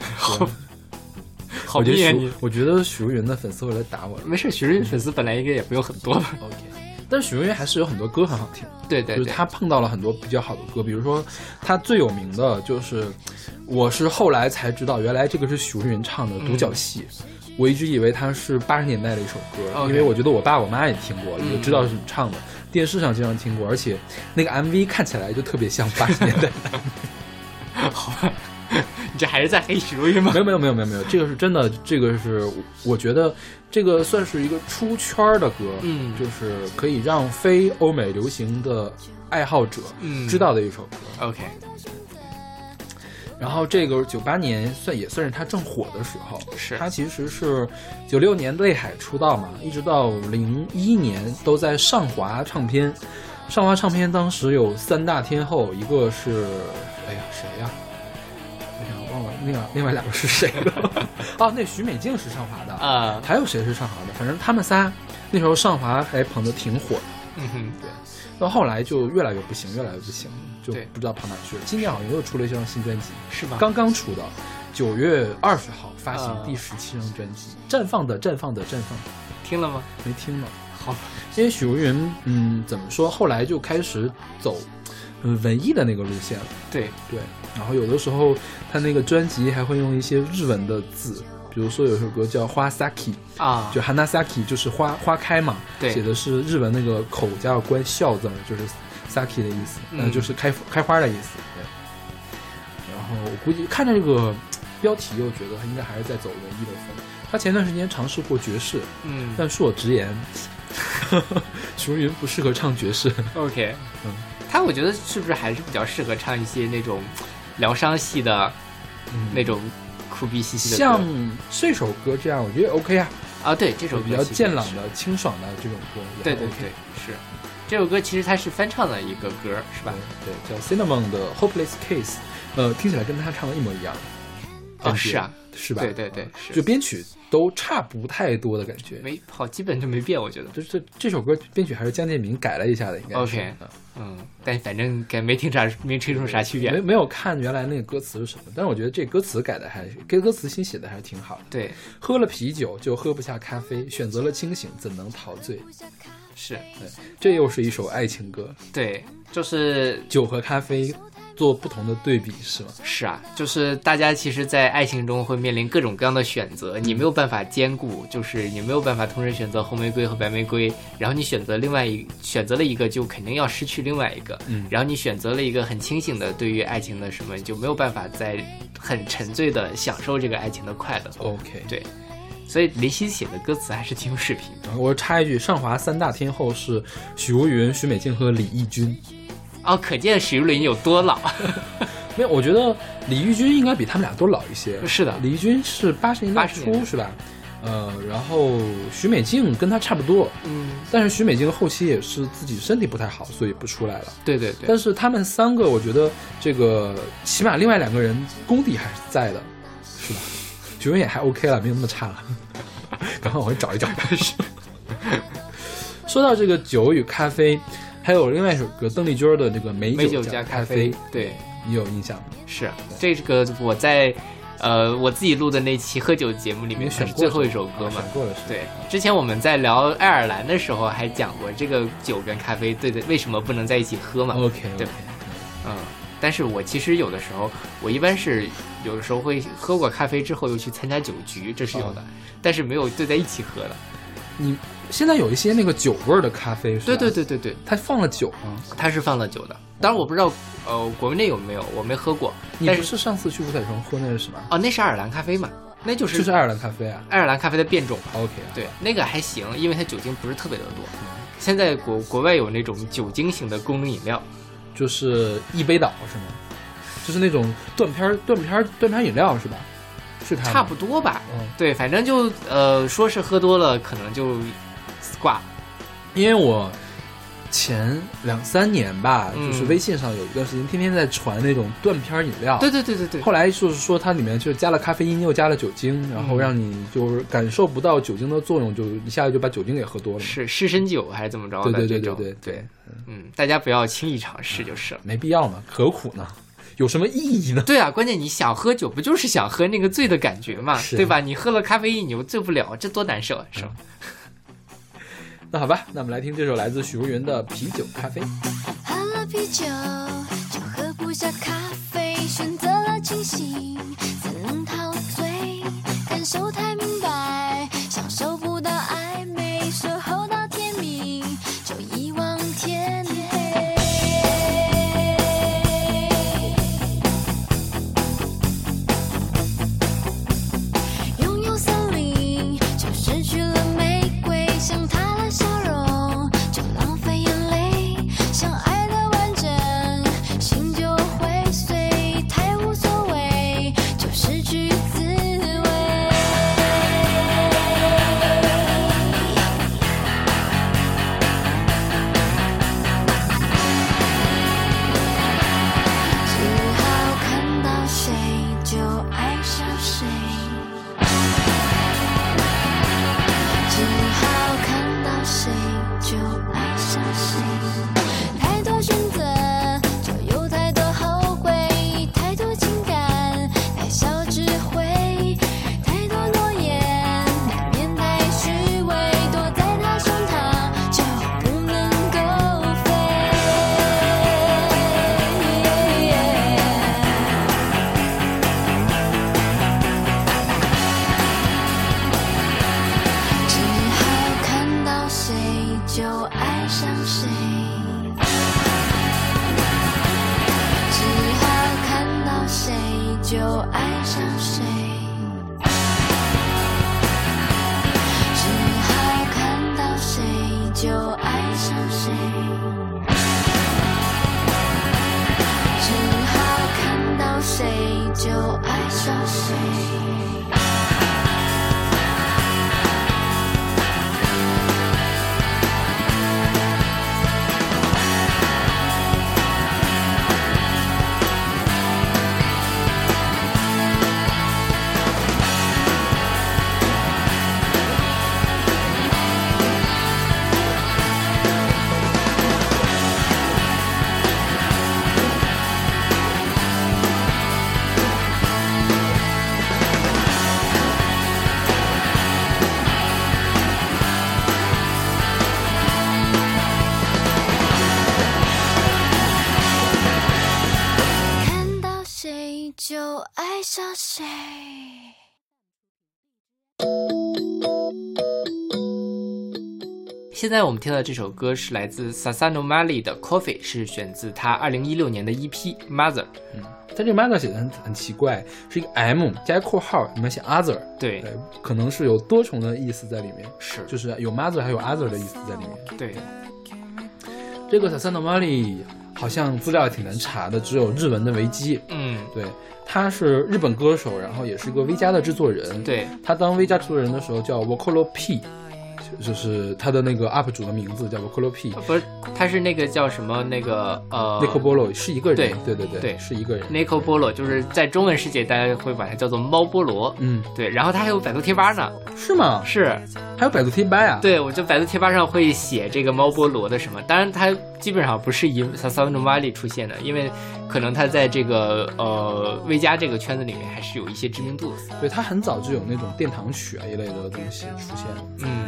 Speaker 1: 好
Speaker 2: 我觉得
Speaker 1: 别
Speaker 2: 许
Speaker 1: 扭。，
Speaker 2: 我觉得许茹芸的粉丝会来打我了。
Speaker 1: 没事，许茹芸粉丝本来应该也不用很多 吧？
Speaker 2: OK，但是许茹芸还是有很多歌很好听的。
Speaker 1: 对对
Speaker 2: 就是
Speaker 1: 对，
Speaker 2: 他碰到了很多比较好的歌，比如说他最有名的就是，我是后来才知道，原来这个是许茹芸唱的《
Speaker 1: 嗯
Speaker 2: 独角戏》我一直以为它是八十年代的一首歌
Speaker 1: OK
Speaker 2: 因为我觉得我爸我妈也听过，
Speaker 1: 嗯
Speaker 2: 也知道是怎么唱的，电视上经常听过，而且那个 MV 看起来就特别像八十年代。
Speaker 1: 你这还是在黑许茹芸吗
Speaker 2: 没？有没有没有没有没有，这个是真的，这个是我觉得这个算是一个出圈儿的歌，
Speaker 1: 嗯
Speaker 2: 就是可以让非欧美流行的爱好者
Speaker 1: 嗯
Speaker 2: 知道的一首歌。
Speaker 1: OK，
Speaker 2: 然后这个九八年算也算是他正火的时候，
Speaker 1: 是
Speaker 2: 他其实是九六年泪海出道嘛，一直到零一年都在上华唱片。上华唱片当时有三大天后，一个是哎呀谁呀、哎呀忘了，那个另外两个是谁 了？哦，那许美静是上华的，
Speaker 1: 啊，
Speaker 2: 还有谁是上华的？反正他们仨那时候上华还捧得挺火的。
Speaker 1: 嗯哼，
Speaker 2: 到后来就越来越不行，越来越不行，就
Speaker 1: 对
Speaker 2: 不知道跑哪去了。今年好像又出了一张新专辑，
Speaker 1: 是吧？
Speaker 2: 刚刚出的，九月二十号发行
Speaker 1: 啊
Speaker 2: 第十七张专辑《绽放的绽放的绽放的
Speaker 1: 听了吗？》，
Speaker 2: 没听呢。
Speaker 1: 好，
Speaker 2: 因为许茹芸，嗯，怎么说，后来就开始走，嗯，文艺的那个路线了。
Speaker 1: 对，
Speaker 2: 对，然后有的时候她那个专辑还会用一些日文的字，比如说有首歌叫《花 saki》，
Speaker 1: 啊，
Speaker 2: 就 Hanasaki 就是花花开嘛，
Speaker 1: 对
Speaker 2: 写的是日文那个口加个官笑字儿，就是 saki 的意思，
Speaker 1: 嗯
Speaker 2: 呃就是开开花的意思。对。然后我估计看着这个标题，我觉得他应该还是在走文艺的风。他前段时间尝试过爵士，
Speaker 1: 嗯
Speaker 2: 但恕我直言， 许茹芸不适合唱爵士。
Speaker 1: ，OK，
Speaker 2: 嗯
Speaker 1: 他我觉得是不是还是比较适合唱一些那种疗伤系的嗯那 种苦逼兮兮的歌
Speaker 2: 像这首歌这样，我觉得 OK 啊，
Speaker 1: 啊，对，这首歌
Speaker 2: 比较
Speaker 1: 其实
Speaker 2: 健朗
Speaker 1: 是
Speaker 2: 的、清爽的这种歌也
Speaker 1: 对
Speaker 2: OK。
Speaker 1: 对对，是这首歌其实它是翻唱的一个歌，是吧？
Speaker 2: 对，叫 Cinnamon 的 Hopeless Case，呃，听起来跟他唱的一模一样。
Speaker 1: 哦，是啊，，
Speaker 2: 是吧？
Speaker 1: 对对对，
Speaker 2: 就是编曲都差不太多的感觉。
Speaker 1: 没好，基本就没变，我觉得。
Speaker 2: 就是这这首歌编曲还是江建民改了一下的，应该是
Speaker 1: OK
Speaker 2: 嗯
Speaker 1: 嗯，但反正感没听啥，没听出啥区别
Speaker 2: 没。没有看原来那个歌词是什么，但是我觉得这歌词改的还跟歌词新写的还是挺好的。
Speaker 1: 对，
Speaker 2: 喝了啤酒就喝不下咖啡，选择了清醒怎能陶醉？
Speaker 1: 是，
Speaker 2: 对，这又是一首爱情歌，
Speaker 1: 对，就是
Speaker 2: 酒和咖啡做不同的对比是吗？
Speaker 1: 是啊，就是大家其实，在爱情中会面临各种各样的选
Speaker 2: 嗯
Speaker 1: 择，你没有办法兼顾，就是你没有办法同时选择红玫瑰和白玫瑰，然后你选择另外一选择了一个，就肯定要失去另外一个，
Speaker 2: 嗯
Speaker 1: 然后你选择了一个很清醒的对于爱情的什么，你就没有办法再很沉醉的享受这个爱情的快乐。
Speaker 2: ，OK。
Speaker 1: 对，所以林夕写的歌词还是挺有水平的。
Speaker 2: 我插一句，上华三大天后是许茹芸、许美静和李翊君。
Speaker 1: 哦，可见许茹芸有多老。啊
Speaker 2: 没有，我觉得李翊君应该比他们俩都老一些。
Speaker 1: 是的
Speaker 2: 李翊君是八十年代
Speaker 1: 80年
Speaker 2: 初
Speaker 1: 代
Speaker 2: 是吧？呃，然后许美静跟他差不多，
Speaker 1: 嗯，
Speaker 2: 但是许美静后期也是自己身体不太好，所以不出来了。
Speaker 1: 对对对
Speaker 2: 但，是他们三个，我觉得这个起码另外两个人功底还是在的，是吧？ 许茹芸也还 OK 了，没有那么差了。 赶快我去找一找。 说到这个酒与咖啡，还有另外一首歌邓丽君儿的这个《美
Speaker 1: 美酒
Speaker 2: 加
Speaker 1: 加咖
Speaker 2: 啡
Speaker 1: 啡》，，对。
Speaker 2: 你有印象吗？
Speaker 1: 是这个我在呃我自己录的那期喝酒节目
Speaker 2: 里
Speaker 1: 里
Speaker 2: 面
Speaker 1: 面
Speaker 2: 选
Speaker 1: 是
Speaker 2: 过是
Speaker 1: 最后
Speaker 2: 吧
Speaker 1: 一首歌
Speaker 2: 啊
Speaker 1: 嘛。
Speaker 2: 选过了是吧。
Speaker 1: 对，之前我们在聊爱尔兰的时候还讲过这个酒跟咖啡对的为什么不能在一起喝嘛？
Speaker 2: OK，
Speaker 1: 对嗯，但是我其实有的时候我一般是有的时候会喝过咖啡之后又去参加酒局，这是有的，但是没有对在一起喝的。
Speaker 2: 你现在有一些那个酒味儿的咖啡是吧？
Speaker 1: 对对，对对对，
Speaker 2: 它放了酒吗？
Speaker 1: 它是放了酒的。当然我不知道，呃，国内有没有，我没喝过。
Speaker 2: 你
Speaker 1: 但
Speaker 2: 不是上次去五彩城喝那是什么？
Speaker 1: 哦，那是爱尔兰咖啡嘛，那就是
Speaker 2: 就是爱尔兰咖啡啊。
Speaker 1: 爱尔兰咖啡的变种嘛。
Speaker 2: OK 啊，
Speaker 1: 对，那个还行，因为它酒精不是特别的多。现在国国外有那种酒精型的功能饮料，
Speaker 2: 就是一杯倒是吗？就是那种断片儿、断片儿、断片儿饮料是吧？是它吗
Speaker 1: 差不多吧？
Speaker 2: 嗯
Speaker 1: 对，反正就呃，说是喝多了，可能就挂了。
Speaker 2: 因为我前两三年吧，
Speaker 1: 嗯
Speaker 2: 就是微信上有一段时间天天在传那种断片儿饮料。
Speaker 1: 对对对对对，
Speaker 2: 后来就是说它里面就是加了咖啡因，又加了酒精，然
Speaker 1: 嗯
Speaker 2: 后让你就是感受不到酒精的作用，就一下就把酒精给喝多了嘛。
Speaker 1: 是湿身酒还是怎么着
Speaker 2: 对
Speaker 1: 的
Speaker 2: 对对
Speaker 1: 这
Speaker 2: 对
Speaker 1: 种？
Speaker 2: 对嗯
Speaker 1: 对，，嗯，大家不要轻易尝试就是了。
Speaker 2: 没必要嘛，何苦呢？有什么意义呢？
Speaker 1: 对啊，关键你想喝酒，不就是想喝那个醉的感觉嘛，
Speaker 2: 是嗯啊
Speaker 1: 对吧？你喝了咖啡因，你又醉不了，这多难受啊，是吧？
Speaker 2: 那好吧，那我们来听这首来自许茹芸的《啤酒咖啡》。
Speaker 5: 喝了啤酒就喝不下咖啡，选择了清醒才能陶醉，感受太明白，享受不到暧昧，守候到天明就一望天黑。拥有森林，就失去了玫瑰；想他的笑容，就浪费眼泪；想爱的完整，心就会碎，太无所谓，就失去滋味。只好看到谁就爱上谁。只好看到谁就爱上谁，太多选择就有太多后悔，太多情感太少智慧，太多诺言难免太虚伪，躲在他胸膛就不能够飞。只好看到谁就爱上谁，只好看到谁就爱上谁，只好看到谁就爱上谁，只好看到谁就爱上谁。看到谁就爱上谁。
Speaker 1: 现在我们听到这首歌是来自 Sasano Mali 的 Coffee，是选自他二零一六年的 EP Mother。
Speaker 2: 它这个 mother 写的很很奇怪，是一个 m 加一括号，里面写 other，
Speaker 1: 对，
Speaker 2: 对，可能是有多重的意思在里面，
Speaker 1: 是，
Speaker 2: 就是有 mother 还有 other 的意思在里面。
Speaker 1: 对，
Speaker 2: 这个 Sasano Mali 好像资料也挺难查的，只有日文的维基。
Speaker 1: 嗯，
Speaker 2: 对，他是日本歌手，然后也是一个 V 加的制作人。，
Speaker 1: 对，
Speaker 2: 他当 V 加制作人的时候叫 Vocalo P，就是他的那个 UP 主的名字叫 Vocalo P。
Speaker 1: 不是，他是那个叫什么那个呃
Speaker 2: Nico Bolo 是一个人，对
Speaker 1: 对
Speaker 2: 对对
Speaker 1: 对
Speaker 2: 是一个人。
Speaker 1: Nico Bolo，就是在中文世界大家会把它叫做猫菠萝。
Speaker 2: 嗯，
Speaker 1: 对，然后它还有百度贴吧呢，
Speaker 2: 是吗？
Speaker 1: 是
Speaker 2: 还有百度贴吧呀？，
Speaker 1: 对，我就百度贴吧上会写这个猫菠萝的什么，当然它基本上不是以萨萨文努瓦里出现的，因为可能它在这个呃微加这个圈子里面还是有一些知名度的。
Speaker 2: 对他很早就有那种殿堂曲啊一类的东西出现，
Speaker 1: 嗯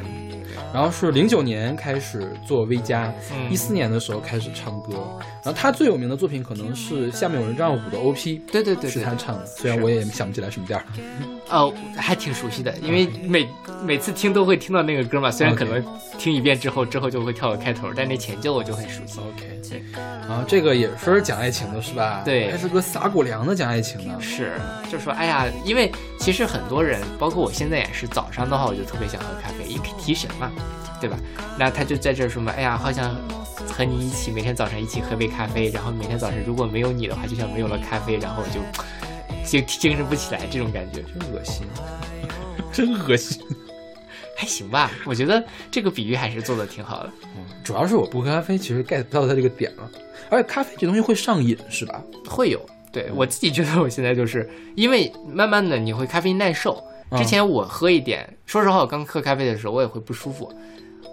Speaker 2: 然后是零九年开始做 V 加，
Speaker 1: 嗯
Speaker 2: 一，四年的时候开始唱歌，然后他最有名的作品可能是《下面有人这样舞》的 OP，
Speaker 1: 对对对
Speaker 2: 是
Speaker 1: 对
Speaker 2: 他唱的，虽然我也想不起来什么调儿。
Speaker 1: 哦，还挺熟悉的，因为每每次听都会听到那个歌嘛，虽然可
Speaker 2: OK
Speaker 1: 能听一遍之后之后就会跳到开头，但那前奏我就很熟悉。
Speaker 2: OK，
Speaker 1: 对
Speaker 2: 然后啊这个也是讲爱情的是吧？
Speaker 1: 对
Speaker 2: 还是个撒狗粮的讲爱情的。
Speaker 1: 是，就说哎呀，因为其实很多人，包括我现在也是，早上的话我就特别想喝咖啡，因为提神嘛，对吧？那他就在这儿说嘛，哎呀，好想和你一起每天早上一起喝杯咖啡，然后每天早上如果没有你的话，就像没有了咖啡，然后我就就精神不起来这种感觉，
Speaker 2: 真恶心， 真恶心。
Speaker 1: 还行吧？我觉得这个比喻还是做的挺好的。
Speaker 2: 主要是我不喝咖啡，其实 get 不到它这个点了。而且咖啡这东西会上瘾，是吧？
Speaker 1: 会有。
Speaker 2: 嗯
Speaker 1: 对我自己觉得，我现在就是因为慢慢的你会咖啡因耐受。
Speaker 2: 嗯
Speaker 1: 之前我喝一点，说实话，我刚喝咖啡的时候我也会不舒服，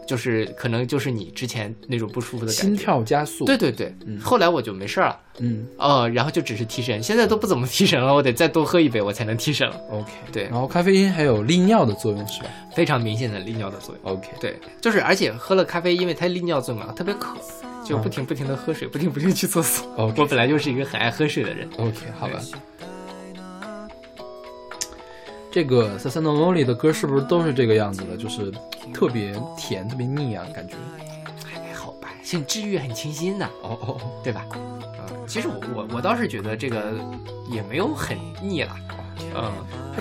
Speaker 1: 就是可能就是你之前那种不舒服的感
Speaker 2: 心
Speaker 1: 觉。
Speaker 2: 跳嗯加速。
Speaker 1: 对，对对，后来我就没事儿了，
Speaker 2: 嗯
Speaker 1: 呃，然后就只是提神，现在都不怎么提神了，我得再多喝一杯我才能提神了，
Speaker 2: ，OK。
Speaker 1: 对
Speaker 2: 然后咖啡因还有利尿的作用，是吧
Speaker 1: 非常明显的利尿的作用。
Speaker 2: ？OK。
Speaker 1: 对，就是而且喝了咖啡，因为它利尿作用啊嘛，特别渴，就不停不停的喝水，不停不停地去厕所。
Speaker 2: 嗯 OK
Speaker 1: 我本来就是一个很爱喝水的人，
Speaker 2: OK，好吧。这个在三诺欧里的歌是不是都是这个样子的？就是特别甜，特别腻啊，感觉。
Speaker 1: 还哎好吧，很治愈，很清新呐、
Speaker 2: 哦哦，
Speaker 1: 对吧？啊、其实我我我倒是觉得这个也没有很腻啦，嗯，
Speaker 2: 哦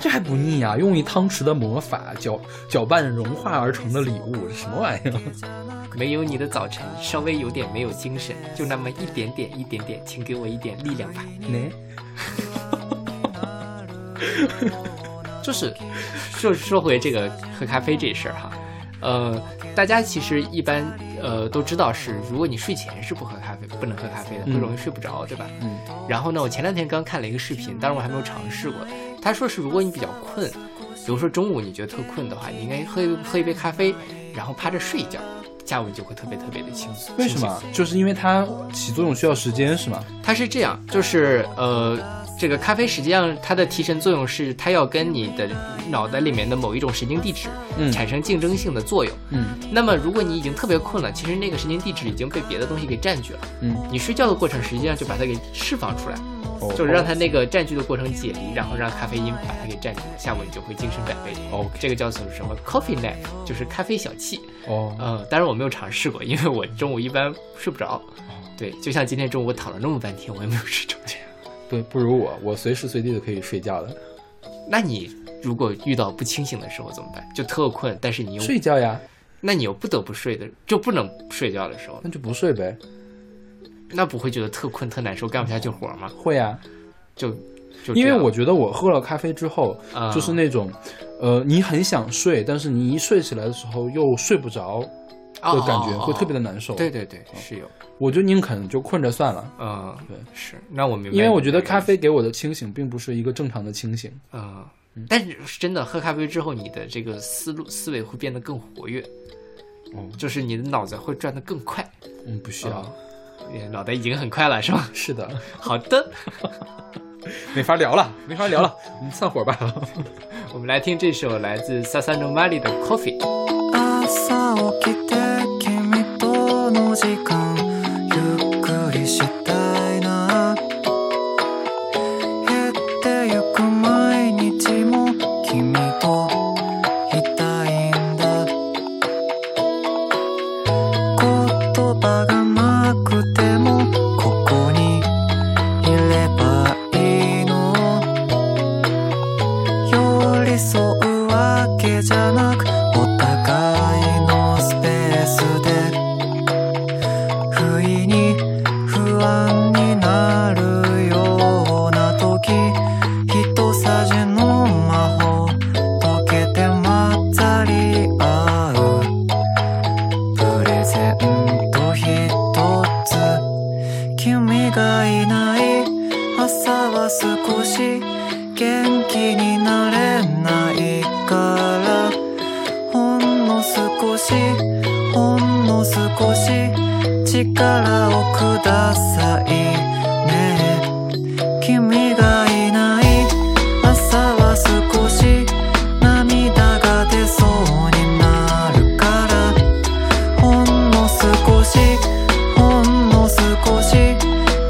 Speaker 2: 这还不腻啊！用一汤匙的魔法搅搅拌融化而成的礼物，这什么玩意儿？
Speaker 1: 没有你的早晨稍微有点没有精神，就那么一点点一点点，请给我一点力量吧。
Speaker 2: 呢？
Speaker 1: 就是说说回这个喝咖啡这事儿哈，呃，大家其实一般呃都知道是，如果你睡前是不喝咖啡，不能喝咖啡的，会
Speaker 2: 嗯
Speaker 1: 容易睡不着，对吧？
Speaker 2: 嗯。
Speaker 1: 然后呢，我前两天刚看了一个视频，当然我还没有尝试过。他说是，如果你比较困，比如说中午你觉得特困的话，你应该喝一喝一杯咖啡，然后趴着睡一觉，下午你就会特别特别的清醒。
Speaker 2: 为什么？就是因为它起作用需要时间，是吗？
Speaker 1: 它是这样，就是呃，这个咖啡实际上它的提神作用是它要跟你的脑袋里面的某一种神经递质
Speaker 2: 嗯
Speaker 1: 产生竞争性的作用。
Speaker 2: 嗯
Speaker 1: 那么如果你已经特别困了，其实那个神经递质已经被别的东西给占据了。
Speaker 2: 嗯，哦
Speaker 1: 你睡觉的过程实际上就把它给释放出来，就是让它那个占据的过程解离，然后让咖啡因把它给占据，下午你就会精神百倍。
Speaker 2: OK
Speaker 1: 这个叫做什么？coffee nap，就是咖啡小憩。
Speaker 2: 哦
Speaker 1: 呃，当然我没有尝试过，因为我中午一般睡不着。对，就像今天中午我躺了那么半天，我也没有睡着。
Speaker 2: 不不如我，我随时随地都可以睡觉的。
Speaker 1: 那你如果遇到不清醒的时候怎么办？就特困，但是你又
Speaker 2: 睡觉呀，
Speaker 1: 那你又不得不睡的，就不能睡觉的时候，
Speaker 2: 那就不睡呗。
Speaker 1: 那不会觉得特困特难受，干不下去活吗？
Speaker 2: 会呀、
Speaker 1: 就就这
Speaker 2: 因为
Speaker 1: 样
Speaker 2: 我觉得我喝了咖啡之后，
Speaker 1: 啊
Speaker 2: 就是那种，呃，你很想睡，但是你一睡起来的时候又睡不着的感觉，
Speaker 1: 哦哦哦哦
Speaker 2: 会特别的难受。
Speaker 1: 对，对对，是有，
Speaker 2: 我就宁肯就困着算了，
Speaker 1: 嗯，
Speaker 2: 对，
Speaker 1: 是。那我明白，
Speaker 2: 因为我觉得咖，啡给我的清醒并不是一个正常的清醒。
Speaker 1: 嗯，但是真的喝咖啡之后，你的这个思路思维会变得更活跃，
Speaker 2: 哦
Speaker 1: 就是你的脑子会转得更快，
Speaker 2: 嗯，不需要。
Speaker 1: 啊
Speaker 2: 哦
Speaker 1: 你脑袋已经很快了，是吧？
Speaker 2: 是的，
Speaker 1: 好的，
Speaker 2: 没法聊了，没法聊了，我们散伙 吧。
Speaker 1: 我们来听这首来自 Sasano Mali 的 Coffee。
Speaker 6: 朝起きて君との時間ゆっくりしたいな減ってゆく毎日も君といたいんだ言葉がなくてもここにいればいいの寄り添うわけじゃなくお互いのスペースで不意に不安になるような時一さじの魔法溶けて混ざり合うプレゼント一つ君がいない朝は少し元気になれないからほんの少しほんの少し力をくださいね君がいない朝は少し涙が出そうになるからほんの少しほんの少し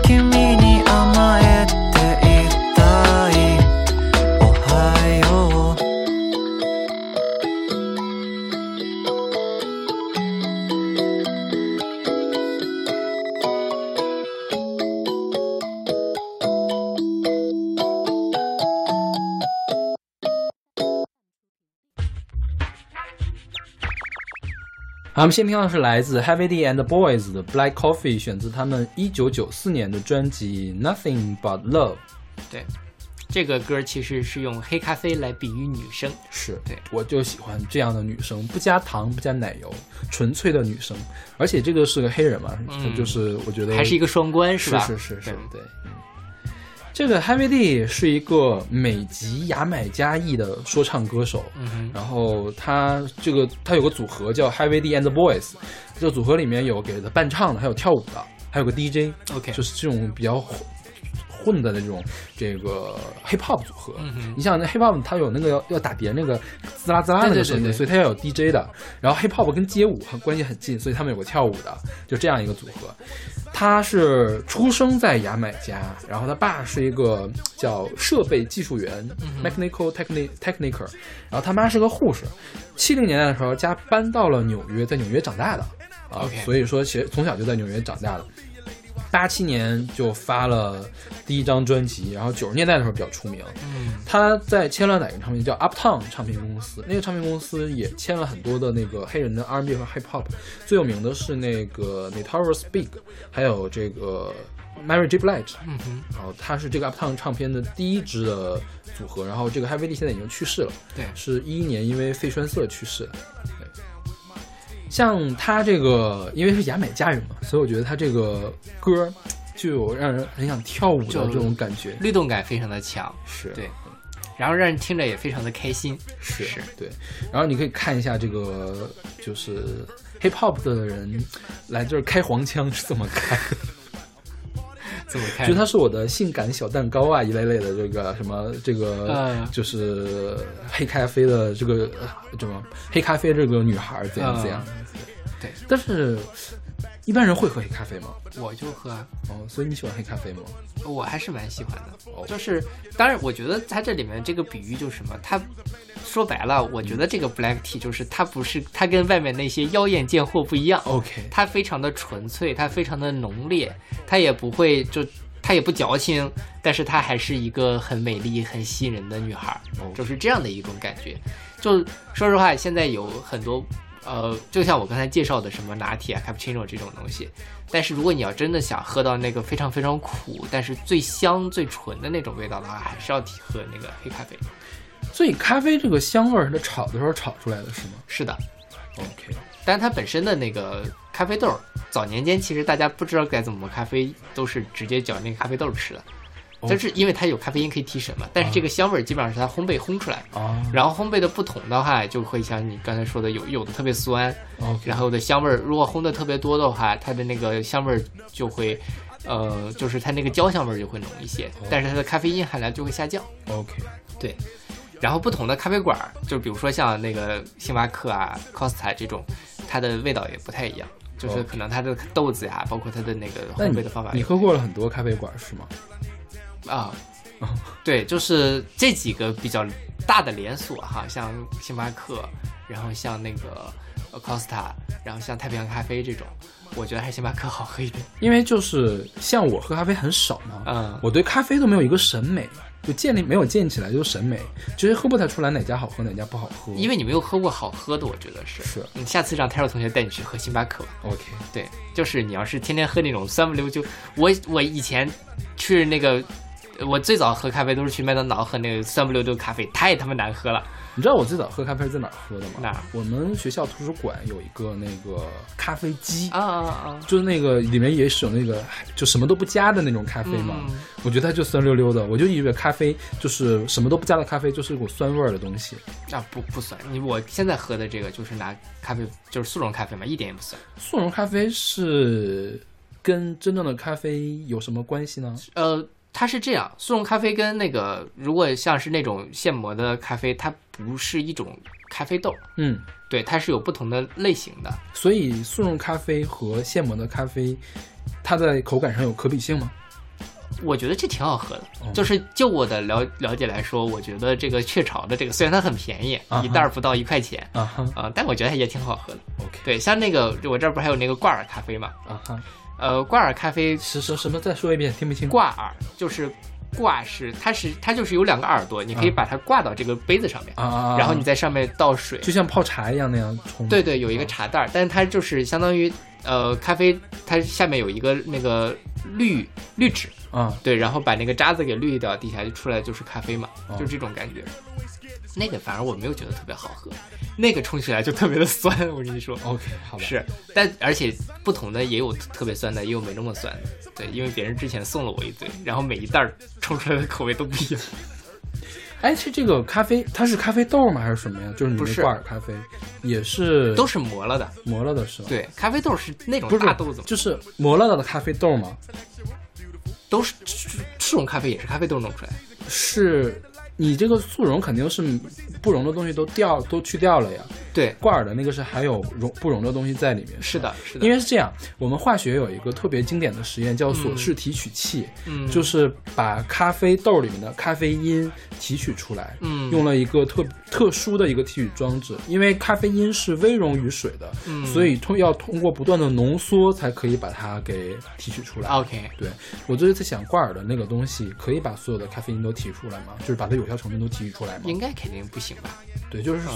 Speaker 6: 君に甘えていたいおはよう
Speaker 2: 好，我们先听到的是来自 Heavy D and Boys 的 Black Coffee，选自他们一九九四年的专辑 Nothing But Love。
Speaker 1: 对，这个歌其实是用黑咖啡来比喻女生。
Speaker 2: 是
Speaker 1: 对
Speaker 2: 我就喜欢这样的女生，不加糖，不加奶油，纯粹的女生。而且这个是个黑人嘛，
Speaker 1: 嗯
Speaker 2: 就是我觉得
Speaker 1: 还是一个双关
Speaker 2: 是
Speaker 1: 吧？
Speaker 2: 是是是
Speaker 1: 对，
Speaker 2: 对。嗯这个 Heavy D 是一个美籍牙买加裔的说唱歌手，
Speaker 1: 嗯哼，
Speaker 2: 然后他这个他有个组合叫 Heavy D and the Boys，这个组合里面有给他伴唱的，还有跳舞的，还有个 DJ，
Speaker 1: OK
Speaker 2: 就是这种比较混混的那种这个 hip hop 组合。
Speaker 1: 嗯哼
Speaker 2: 你想那 hip hop 它有那个要要打碟那个滋啦滋啦那
Speaker 1: 对
Speaker 2: 个
Speaker 1: 对
Speaker 2: 声音，
Speaker 1: 对对
Speaker 2: 所以它要有 DJ 的。然后 hip hop 跟街舞很关系很近，所以他们有个跳舞的，就这样一个组合。他是出生在牙买加，然后他爸是一个叫设备技术员、（technical
Speaker 1: 嗯
Speaker 2: techni techniker），然后他妈是个护士。七零年代的时候，家搬到了纽约，在纽约长大的啊
Speaker 1: OK
Speaker 2: 所以说其实从小就在纽约长大的。八七年就发了第一张专辑，然后九十年代的时候比较出名。他在签了哪个唱片？叫 Uptown 唱片公司。那个唱片公司也签了很多的那个黑人的 R&B 和 Hip Hop，最有名的是那个 Notorious Big，还有这个 Mary J. Blige。
Speaker 1: 嗯哼，
Speaker 2: 然后他是这个 Uptown 唱片的第一支的组合。然后这个 Heavy D 现在已经去世了。
Speaker 1: 对，
Speaker 2: 是一一年因为肺栓塞去世的。对像他这个，因为是牙买加人嘛，所以我觉得他这个歌儿就有让人很想跳舞的
Speaker 1: 就
Speaker 2: 这种感觉。
Speaker 1: 律动感非常的强，
Speaker 2: 是
Speaker 1: 对，然后让人听着也非常的开心。
Speaker 2: 是
Speaker 1: 是
Speaker 2: 对。然后你可以看一下这个，就是 hip hop 的人来这儿开黄腔是怎么开，
Speaker 1: 这么看
Speaker 2: 觉得，他是我的性感小蛋糕啊一类类的这个什么这个、
Speaker 1: 嗯
Speaker 2: 就是黑咖啡的这个呃什么黑咖啡这个女孩儿怎样
Speaker 1: 嗯
Speaker 2: 怎样。
Speaker 1: 对，
Speaker 2: 但是一般人会喝黑咖啡吗？
Speaker 1: 我就喝，
Speaker 2: 哦，所以你喜欢黑咖啡吗？
Speaker 1: 我还是蛮喜欢
Speaker 2: 哦
Speaker 1: 的。就是，当然，我觉得它这里面这个比喻就是什么，它说白了，我觉得这个 black tea 就是它不是它跟外面那些妖艳贱货不一样。
Speaker 2: OK
Speaker 1: 它非常的纯粹，它非常的浓烈，它也不会就它也不矫情，但是它还是一个很美丽、很吸引人的女孩儿，就是这样的一种感觉。就说实话，现在有很多呃，就像我刚才介绍的什么拿铁啊、cappuccino 这种东西，但是如果你要真的想喝到那个非常非常苦，但是最香最纯的那种味道的话，还是要提喝那个黑咖啡。
Speaker 2: 所以咖啡这个香味儿是它炒的时候炒出来的是吗
Speaker 1: 是的，
Speaker 2: ？OK，
Speaker 1: 但是它本身的那个咖啡豆儿，早年间其实大家不知道该怎么磨咖啡，都是直接搅那个咖啡豆儿吃的。
Speaker 2: 哦
Speaker 1: 但是因为它有咖啡因可以提神嘛，但是这个香味儿基本上是它烘焙烘出来的。
Speaker 2: 啊
Speaker 1: 然后烘焙的不同的话，就会像你刚才说的，有有的特别酸，
Speaker 2: ，OK，
Speaker 1: 然后的香味儿如果烘的特别多的话，它的那个香味儿就会，呃，就是它那个焦香味儿就会浓一些，但是它的咖啡因含量就会下降。
Speaker 2: OK，
Speaker 1: 对，然后不同的咖啡馆儿，就比如说像那个星巴克啊、Costa 这种，它的味道也不太一样，就是可能它的豆子呀、包括它的那个
Speaker 2: 哦那
Speaker 1: 烘
Speaker 2: 你
Speaker 1: 焙的方法
Speaker 2: 你
Speaker 1: 也
Speaker 2: 喝过了很多咖啡馆是吗？
Speaker 1: 啊。对，就是这几个比较大的连锁哈，像星巴克，然后像那个呃 Costa，然后像太平洋咖啡这种，我觉得还是星巴克好喝一点。
Speaker 2: 因为就是像我喝咖啡很少嘛，
Speaker 1: 嗯
Speaker 2: 我对咖啡都没有一个审美，就建立没有建立起来就是审美，其实喝不太出来哪家好喝哪家不好喝。
Speaker 1: 因为你没有喝过好喝的，我觉得是。
Speaker 2: 是
Speaker 1: 你下次让 Taro 同学带你去喝星巴克吧。
Speaker 2: OK，
Speaker 1: 对，就是你要是天天喝那种酸不溜秋，我我以前去那个，我最早喝咖啡都是去麦当劳喝那个酸不溜秋咖啡，太他妈难喝了。
Speaker 2: 你知道我最早喝咖啡是在哪儿喝的吗？
Speaker 1: 哪儿
Speaker 2: 我们学校图书馆有一个那个咖啡机。
Speaker 1: 啊啊啊！
Speaker 2: 就是那个里面也是有那个就什么都不加的那种咖啡嘛，
Speaker 1: 嗯
Speaker 2: 我觉得它就酸溜溜的，我就以为咖啡就是什么都不加的咖啡就是一股酸味儿的东西，
Speaker 1: 啊不不酸，你我现在喝的这个就是拿咖啡，就是速溶咖啡嘛，一点也不酸。
Speaker 2: 速溶咖啡是跟真正的咖啡有什么关系呢？
Speaker 1: 呃，它是这样，速溶咖啡跟那个如果像是那种现磨的咖啡，它不是一种咖啡豆，
Speaker 2: 嗯，
Speaker 1: 对，它是有不同的类型的。
Speaker 2: 所以速溶咖啡和现磨的咖啡，它在口感上有可比性吗？
Speaker 1: 我觉得这挺好喝的
Speaker 2: 哦，
Speaker 1: 就是就我的了了解来说，我觉得这个雀巢的这个虽然它很便宜
Speaker 2: 啊哈，
Speaker 1: 一袋儿不到一块钱
Speaker 2: 啊哈
Speaker 1: 啊、但我觉得它也挺好喝的。
Speaker 2: ，OK，
Speaker 1: 对，像那个我这儿不还有那个挂耳咖啡嘛？
Speaker 2: 啊哈，
Speaker 1: 呃，挂耳咖啡，
Speaker 2: 是什什么？再说一遍，听不清。
Speaker 1: 挂耳就是挂是，它是它就是有两个耳朵，你可以
Speaker 2: 啊
Speaker 1: 把它挂到这个杯子上面，
Speaker 2: 啊啊啊
Speaker 1: 然后你在上面倒水，
Speaker 2: 就啊像泡茶一样那样冲。
Speaker 1: 对对，有一个茶袋儿，但是它就是相当于呃咖啡，它下面有一个那个滤滤纸，
Speaker 2: 啊，
Speaker 1: 对，然后把那个渣子给滤掉，地下就出来就是咖啡嘛，
Speaker 2: 哦
Speaker 1: 就是这种感觉。那个反而我没有觉得特别好喝，那个冲起来就特别的酸， 我跟你说。
Speaker 2: OK，好吧，
Speaker 1: 是，但而且不同的也有特别酸的，也有没那么酸的。对，因为别人之前送了我一堆，然后每一袋儿冲出来的口味都不一样。
Speaker 2: 哎，是这个咖啡，它是咖啡豆吗？还是什么呀？就是你
Speaker 1: 不
Speaker 2: 那
Speaker 1: 是
Speaker 2: 挂耳咖啡，也是
Speaker 1: 都是磨了的，
Speaker 2: 磨了的是吧？，
Speaker 1: 对，咖啡豆是那种
Speaker 2: 不是
Speaker 1: 大豆子嘛，
Speaker 2: 就是磨了的咖啡豆吗？
Speaker 1: 都是这这种咖啡也是咖啡豆弄出来的。
Speaker 2: 是你这个速溶肯定是不溶的东西都掉都去掉了呀，
Speaker 1: 对，
Speaker 2: 挂耳的那个是还有溶不溶的东西在里面。
Speaker 1: 是的，是的，
Speaker 2: 因为是这样，我们化学有一个特别经典的实验叫索氏提取器，
Speaker 1: 嗯
Speaker 2: 就是把咖啡豆里面的咖啡因提取出来，
Speaker 1: 嗯
Speaker 2: 用了一个特特殊的一个提取装置，因为咖啡因是微溶于水的，
Speaker 1: 嗯
Speaker 2: 所以通要通过不断的浓缩才可以把它给提取出来。
Speaker 1: OK，
Speaker 2: 对，我就是在想，挂耳的那个东西可以把所有的咖啡因都提取出来吗？就是把它有效成分都提取出来吗？
Speaker 1: 应该嗯肯定不行吧？
Speaker 2: 对，就是所、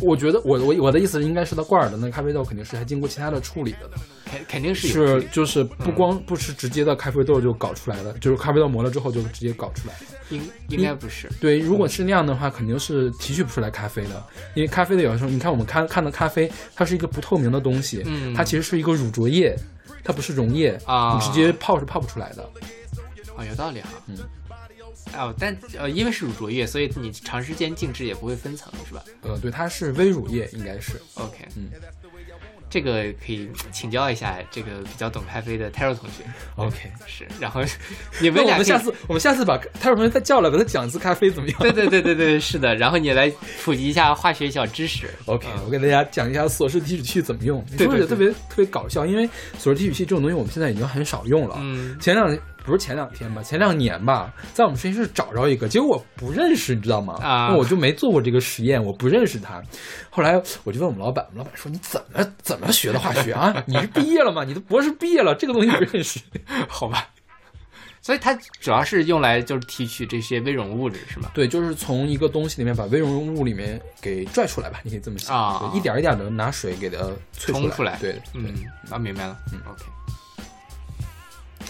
Speaker 2: 我觉得我我我的意思是，应该是它挂耳的那个咖啡豆肯定是还经过其他的处理的，
Speaker 1: 肯肯定是有嗯
Speaker 2: 是
Speaker 1: 区别
Speaker 2: 就是不光不是直接的咖啡豆就搞出来的，就是咖啡豆磨了之后就直接搞出来的。
Speaker 1: 应应该不是。
Speaker 2: 对，如果是那样的话，肯定是提取不出来咖啡的，因为咖啡的有的时候，你看我们看看的咖啡，它是一个不透明的东西，
Speaker 1: 嗯
Speaker 2: 它其实是一个乳浊液，它不是溶液
Speaker 1: 啊
Speaker 2: 你直接泡是泡不出来的。
Speaker 1: 哦，有道理哈。
Speaker 2: 嗯。
Speaker 1: 哦，但呃，因为是乳浊液，所以你长时间静置也不会分层，是吧
Speaker 2: 呃，对，它是微乳液，应该是。
Speaker 1: ？OK，
Speaker 2: 嗯，
Speaker 1: 这个可以请教一下这个比较懂咖啡的 Taro 同学。
Speaker 2: OK，
Speaker 1: 是，然后你
Speaker 2: 那
Speaker 1: 们
Speaker 2: 我
Speaker 1: 俩可
Speaker 2: 们
Speaker 1: 以
Speaker 2: 下次我们下次把泰尔同学再叫来，给他讲一次咖啡怎么样
Speaker 1: 对对对对对，是的。然后你来普及一下化学小知识。
Speaker 2: ？OK，我给大家讲一下索氏提取器怎么用。你是不是觉得特别特别搞笑？因为索氏提取器这种东西我们现在已经很少用了。
Speaker 1: 嗯
Speaker 2: 前两不是前两天吧，前两年吧，在我们实验室找着一个，结果我不认识，你知道吗？
Speaker 1: 啊
Speaker 2: 那我就没做过这个实验，我不认识他。后来我就问我们老板，我们老板说你怎么怎么学的化学啊？你是毕业了吗？你都博士毕业了，这个东西不认识？
Speaker 1: 好吧。所以它主要是用来就是提取这些微溶物质，是吗？
Speaker 2: 对，就是从一个东西里面把微溶物里面给拽出来吧，你可以这么想，
Speaker 1: 啊
Speaker 2: 对一点一点的拿水给它萃
Speaker 1: 冲
Speaker 2: 出
Speaker 1: 出来。
Speaker 2: 对，
Speaker 1: 嗯，啊，明白了。嗯，OK。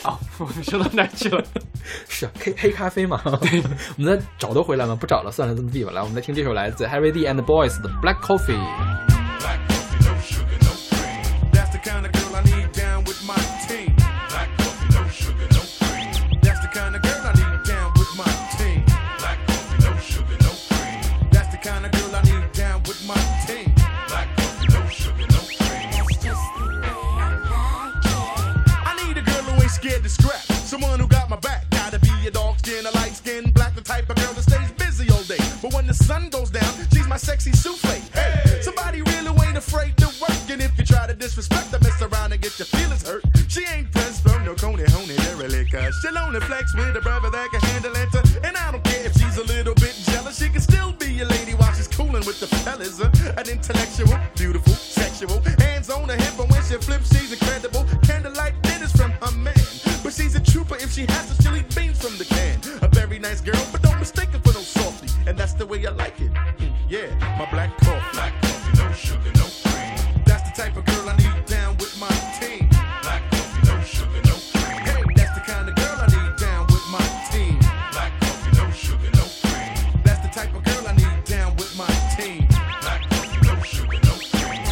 Speaker 1: 哦，我们说到哪儿去了？
Speaker 2: 是啊黑黑咖啡 嘛。我们再找得回来吗？不找了，算了，这么地吧。来，我们来听这首来自 Harry D and the Boys 的 Black Coffee。
Speaker 7: Black coffee, no sugar, no cream. That's the kind of girl I need down with my team. Black coffee, no sugar, no cream. That's the kind of girl I need down with my team. Black coffee, no sugar, no cream. That's the kind of girl I need down with my team. Black coffee, no sugar, no cream. I need a girl who ain't scared to scrap. Someone who got my back. Gotta be a dark skin, a light skin, black, the type of girl that stays busy all day. But when the sun goes down, she's my sexy souffle. Hey, somebody really ain't afraid to work. And if you try to disrespect her, mess around and get your feelings hurt. She ain't pressed from no coney honey, derelict. Cause she'll only flex with a brother that can handle it. And I don't care if she's a little bit jealous. She can still be a lady while she's cooling with the fellas. Uh, An intellectual, beautiful, sexual. Hands on her hip, and when she flips, she's incredible. Candlelight dinners from her man. But she's a trooper if she has to chili beans from the can. A very nice girl, but don't mistake her for no softy. And that's the way I like it. Mm, Yeah, my black coffee. Black coffee, no sugar, no cream. That's the type of girl I need down with my team. Black coffee, no sugar, no cream. Hey, that's the kind of girl I need down with my team. Black coffee, no sugar, no cream. That's the type of girl I need down with my team. Black coffee, no sugar, no cream.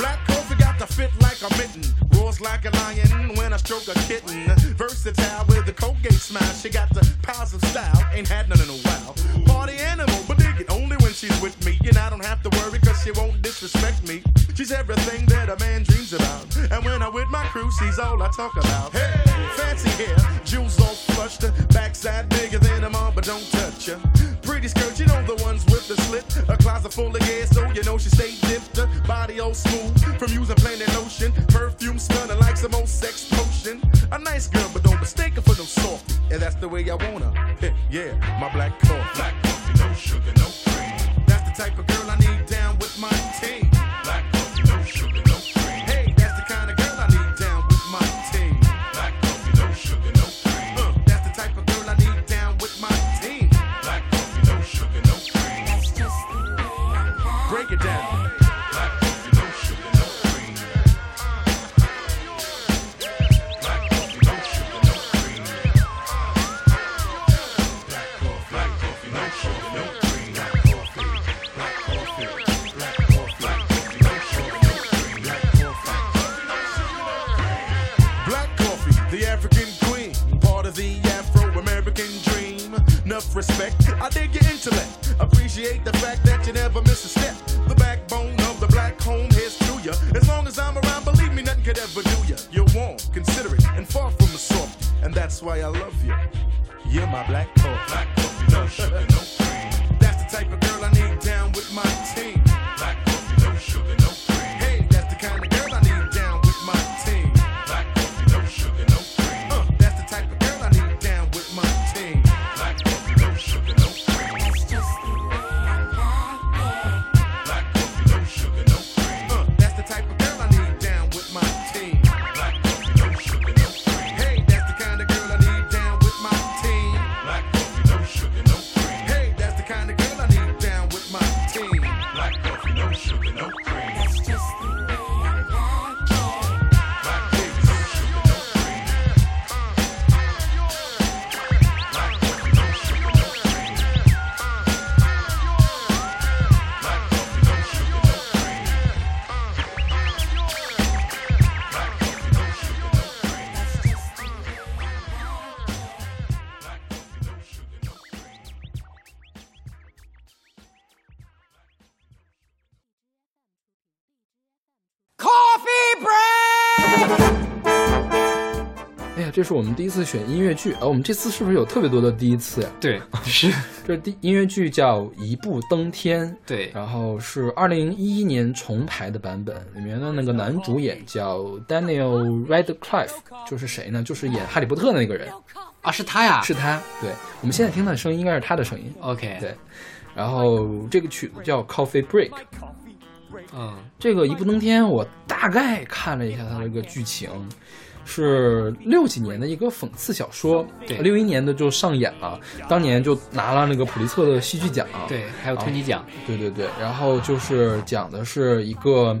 Speaker 7: Black coffee got to fit like a mitten. Roars like a lion when I stroke a kitten. Versatile with the Colgate smile. She got the powers of style. Ain't had none in a while. Party animal, but dig it only when she's with me. And I don't have to worry because she won't disrespect me. She's everything that a man dreams about. And when I'm with my crew, she's all I talk about. Hey, fancy hair, jewels all flushed. Backside bigger than a mom, but don't touch her. Pretty skirt, you know the ones with the slit. A closet full of gas, so you know she stay dipped. Her body all smooth from using plain and lotion. Perfume smelling like some old sex potion. A nice girl, but don't mistake her for no softy. And that's the way I want her. yeah, my black coffee. Black coffee, no sugar, no cream. That's the type of girl I need down with my team. Black coffee, no sugar, no cream. Hey, that's the kind of girl I need down with my team. Black coffee, no sugar. Uh, break it down. Black coffee, the African queen, part of the Afro-American dream. Enough respect, I dig your intellect. Appreciate the fact that you never miss a step. The backbone of the black home here's to ya. As long as I'm around, believe me, nothing could ever do ya. You're warm, considerate, and far from a soft, and that's why I love you. You're my black coffee. Black coffee, no sugar, no cream. That's the type of girl I need down with my team. Black coffee, no sugar, no cream. Hey, that's the kind of girl I need down with my team. Black coffee, no sugar, no cream. Uh, that's the type of girl I need down with my team. Black coffee, no sugar, no cream. Black coffee, no sugar, no cream. Uh, that's the type of girl I need down with my team. Black coffee, no sugar, no cream. Hey, that's the kind of girl I need down with my team. Black coffee, no sugar, no cream. Hey, that's the kind of girl I need down with my team. Black coffee, no sugar, no cream. Black baby, no sugar, no cream. Black coffee, no sugar, no cream. Black coffee, no sugar, no cream. Black coffee, no sugar, no cream. Black coffee, no sugar, no cream.
Speaker 2: 哎呀，这是我们第一次选音乐剧啊！我们这次是不是有特别多的第一次呀？
Speaker 1: 对，是，
Speaker 2: 这第音乐剧叫《一步登天》，
Speaker 1: 对，
Speaker 2: 然后是二零一一年重排的版本，里面的那个男主演叫 Daniel Radcliffe，就是谁呢？就是演哈利波特的那个人，
Speaker 1: 啊，是他呀，
Speaker 2: 是他。对，我们现在听到的声音应该是他的声音。
Speaker 1: OK，
Speaker 2: 对，然后这个曲子叫《Coffee Break》。
Speaker 1: 嗯，
Speaker 2: 这个《一步登天》，我大概看了一下它的一个剧情，是六几年的一个讽刺小说，
Speaker 1: 对
Speaker 2: 六一年的就上演了，当年就拿了那个普利策的戏剧奖，
Speaker 1: 对，还有托尼奖，
Speaker 2: 对对对，然后就是讲的是一个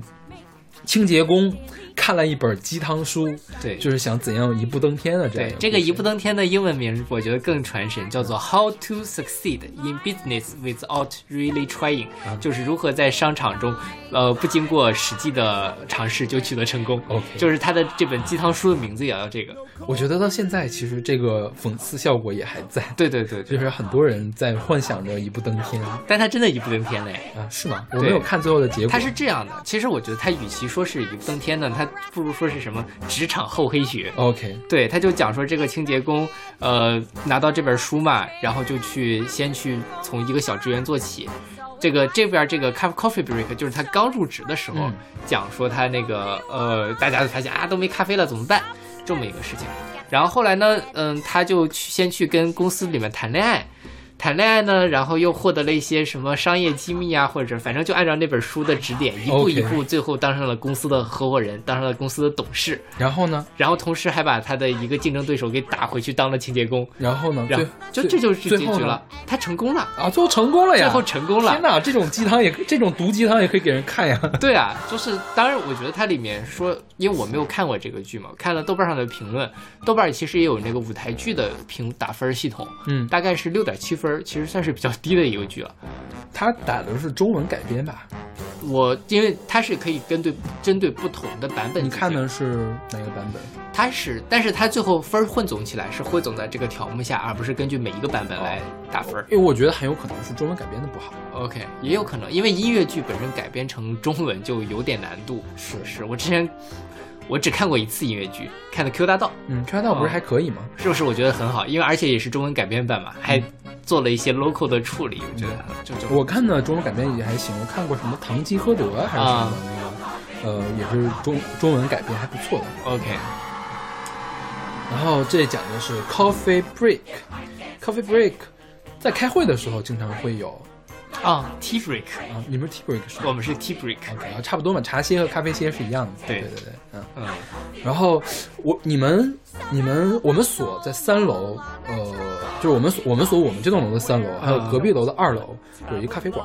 Speaker 2: 清洁工看了一本鸡汤书，
Speaker 1: 对
Speaker 2: 就是想怎样一步登天的这样
Speaker 1: 对
Speaker 2: 一，
Speaker 1: 这个
Speaker 2: 故事
Speaker 1: 一步登天的英文名，我觉得更传神，叫做 How to Succeed in Business Without Really Trying，、就是
Speaker 2: 啊
Speaker 1: 如何在商场中，呃，不经过实际的尝试就取得成功。
Speaker 2: OK
Speaker 1: 就是他的这本鸡汤书的名字也要这个。
Speaker 2: 我觉得到现在其实这个讽刺效果也还在，
Speaker 1: 对对对对，
Speaker 2: 就是很多人在幻想着一步登天啊，
Speaker 1: 但他真的一步登天嘞。
Speaker 2: 是吗？我没有看最后的结果，
Speaker 1: 他是这样的，其实我觉得他与其说是一步登天呢，他不如说是什么职场厚黑学。
Speaker 2: OK，
Speaker 1: 对，他就讲说这个清洁工，呃，拿到这本书嘛，然后就去先去从一个小职员做起。这个这边这个 cup coffee break 就是他刚入职的时候，
Speaker 2: 嗯
Speaker 1: 讲说他那个呃，大家就发现啊都没咖啡了怎么办，这么一个事情。然后后来呢，嗯，他就去先去跟公司里面谈恋爱，谈恋爱呢，然后又获得了一些什么商业机密啊，或者反正就按照那本书的指点，一步一
Speaker 2: OK
Speaker 1: 步，最后当上了公司的合伙人，当上了公司的董事。
Speaker 2: 然后呢？
Speaker 1: 然后同时还把他的一个竞争对手给打回去当了清洁工，
Speaker 2: 然后呢？
Speaker 1: 然后
Speaker 2: 最
Speaker 1: 就这就是
Speaker 2: 最
Speaker 1: 结
Speaker 2: 后
Speaker 1: 局
Speaker 2: 呢
Speaker 1: 了，他成功了，
Speaker 2: 啊！最后成功了呀！
Speaker 1: 最后成功了
Speaker 2: 天哪，这种鸡汤也可以这 种毒鸡汤也可以给人看呀！
Speaker 1: 对啊，就是当然，我觉得它里面说，因为我没有看过这个剧嘛，看了豆瓣上的评论，豆瓣其实也有那个舞台剧的评打分系统，
Speaker 2: 嗯
Speaker 1: 大概是六点七分，其实算是比较低的一个剧了。
Speaker 2: 他打的是中文改编吧？
Speaker 1: 我因为它是可以根对针对不同的版本，
Speaker 2: 你看的，是哪个版本？
Speaker 1: 它是，但是它最后分儿混总起来是汇总在这个条目下，而不是根据每一个版本来
Speaker 2: 哦
Speaker 1: 打分。
Speaker 2: 因为我觉得很有可能是中文改编的不好。
Speaker 1: OK，也有可能，因为音乐剧本身改编成中文就有点难度。
Speaker 2: 是
Speaker 1: 是我之前我只看过一次音乐剧，看的《Q 大道
Speaker 2: 嗯，川
Speaker 1: 哦
Speaker 2: 道不是还可以吗？》，
Speaker 1: 是不是？我觉得很好，因为而且也是中文改编版嘛，还做了一些 local 的处理，我觉得就就
Speaker 2: 我看的中文改编也还行，我看过什么《堂吉诃德》啊还是什么的那个，呃，也是中中文改编还不错的。
Speaker 1: OK。
Speaker 2: 然后这讲的是 coffee break，coffee break，在开会的时候经常会有
Speaker 1: 啊，Tea Break，
Speaker 2: 啊，你们是 tea break 是吗？
Speaker 1: 我们是 Tea Break。
Speaker 2: OK，然后差不多嘛，茶歇和咖啡歇是一样的。
Speaker 1: 对
Speaker 2: 对对对，嗯。
Speaker 1: 嗯，
Speaker 2: 然后我你们你们我们所在三楼，呃，就是我们所我们所我们这栋楼的三
Speaker 1: 嗯
Speaker 2: 楼，还有隔壁楼的二楼有一个咖啡馆。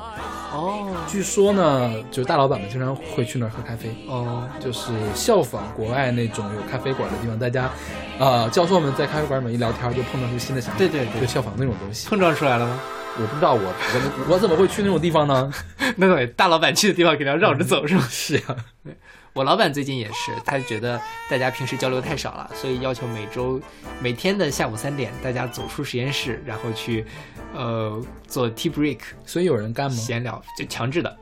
Speaker 1: 哦
Speaker 2: 据说呢，就是大老板们经常会去那儿喝咖啡，
Speaker 1: 哦，
Speaker 2: 就是效仿国外那种有咖啡馆的地方，大家，呃，教授们在咖啡馆里面一聊天就碰撞出新的想法，
Speaker 1: 对对对
Speaker 2: 就效仿那种东西。
Speaker 1: 碰撞出来了吗？
Speaker 2: 我不知道我我我怎么会去那种地方呢？
Speaker 1: 那得大老板去的地方，肯定要绕着走，是吗？啊
Speaker 2: 是呀、
Speaker 1: 我老板最近也是，他觉得大家平时交流太少了，所以要求每周每天的下午三点，大家走出实验室，然后去呃做 tea break
Speaker 2: 所以有人干吗？
Speaker 1: 闲聊，就强制的，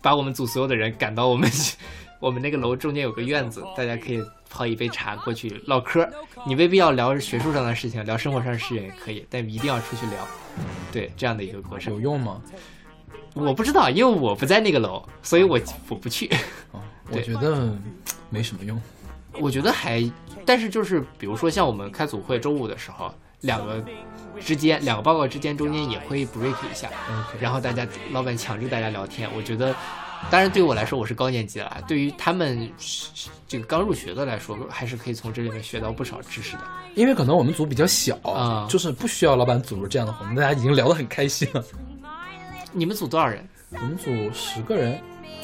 Speaker 1: 把我们组所有的人赶到我们 我们那个楼中间有个院子，大家可以泡一杯茶过去唠嗑儿。你未必要聊学术上的事情，聊生活上的事情也可以，但一定要出去聊。对，这样的一个过
Speaker 2: 有
Speaker 1: 程，
Speaker 2: 用吗？
Speaker 1: 我不知道，因为我不在那个楼，所以我我不去。
Speaker 2: 啊、我
Speaker 1: 对
Speaker 2: 觉得没什么用。
Speaker 1: 我觉得还，但是就是比如说像我们开组会，周五的时候，两个之间两个报告之间中间也会 break 一下，
Speaker 2: OK，
Speaker 1: 然后大家老板强制大家聊天，我觉得。当然，对于我来说，我是高年级了啊。对于他们这个刚入学的来说，还是可以从这里面学到不少知识的。
Speaker 2: 因为可能我们组比较小，
Speaker 1: 啊
Speaker 2: 就是不需要老板组织这样的活动，大家已经聊得很开心了。
Speaker 1: 你们组多少人
Speaker 2: 我们组十个人，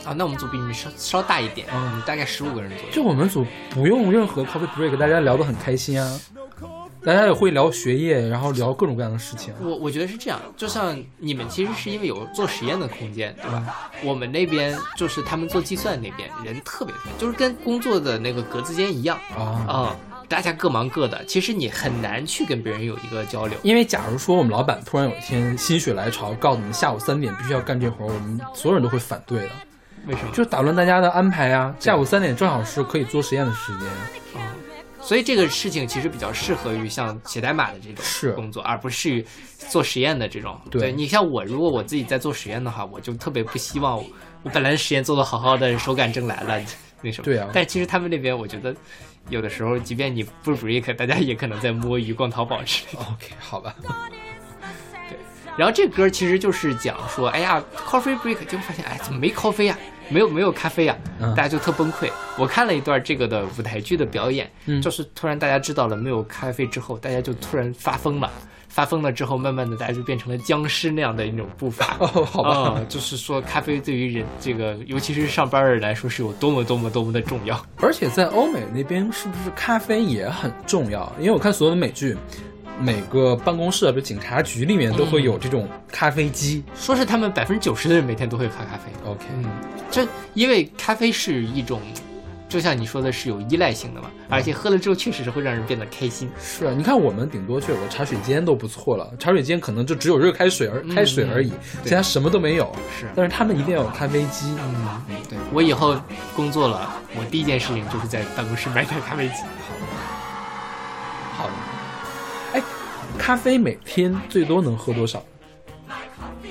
Speaker 1: 啊？那我们组比你们稍稍大一点，
Speaker 2: 嗯
Speaker 1: 嗯，大概十五个人左右。
Speaker 2: 就我们组不用任何 coffee break，大家聊得很开心啊，大家也会聊学业，然后聊各种各样的事情。
Speaker 1: 我我觉得是这样，就像你们其实是因为有做实验的空间，对吧？我们那边就是他们做计算那边人特别多，就是跟工作的那个格子间一样
Speaker 2: 啊
Speaker 1: 啊、大家各忙各的，其实你很难去跟别人有一个交流。
Speaker 2: 因为假如说我们老板突然有一天心血来潮，告诉你们下午三点必须要干这活儿，我们所有人都会反对的，
Speaker 1: 为什么？
Speaker 2: 就是打乱大家的安排啊。下午三点正好是可以做实验的时间，
Speaker 1: 所以这个事情其实比较适合于像写代码的这
Speaker 2: 是
Speaker 1: 种工作，而不是于做实验的这种。
Speaker 2: 对
Speaker 1: 你像我，如果我自己在做实验的话，我就特别不希望我我本来实验做的好好的，手感正来了那什么。
Speaker 2: 对啊
Speaker 1: 但其实他们那边，我觉得有的时候，即便你不 break，大家也可能在摸鱼、逛淘宝之类的。
Speaker 2: OK，好吧，
Speaker 1: 然后这歌其实就是讲说，哎呀，coffee break，结果发现，哎，怎么没 coffee 呀、没有没有咖啡呀、啊
Speaker 2: 嗯
Speaker 1: 大家就特崩溃。我看了一段这个的舞台剧的表演，
Speaker 2: 嗯
Speaker 1: 就是突然大家知道了没有咖啡之后，大家就突然发疯了。发疯了之后，慢慢的大家就变成了僵尸那样的一种步伐。
Speaker 2: 哦好吧
Speaker 1: 嗯就是说咖啡对于人这个，尤其是上班的人来说，是有多么多么多么的重要。
Speaker 2: 而且在欧美那边是不是咖啡也很重要？因为我看所有的美剧，每个办公室啊，比如警察局里面都会有这种咖啡机。
Speaker 1: 说是他们百分之九十的人每天都会喝咖啡。
Speaker 2: OK，
Speaker 1: 嗯，这因为咖啡是一种，就像你说的是有依赖性的嘛，而且喝了之后确实是会让人变得开心。
Speaker 2: 是啊，你看我们顶多去有个茶水间都不错了，茶水间可能就只有热开水而开水而已，其他什么都没有。
Speaker 1: 嗯是
Speaker 2: 但是他们一定要有咖啡机。
Speaker 1: 嗯，对我以后工作了，我第一件事情就是在办公室买点咖啡机。
Speaker 2: 好，哎，咖啡每天最多能喝多少？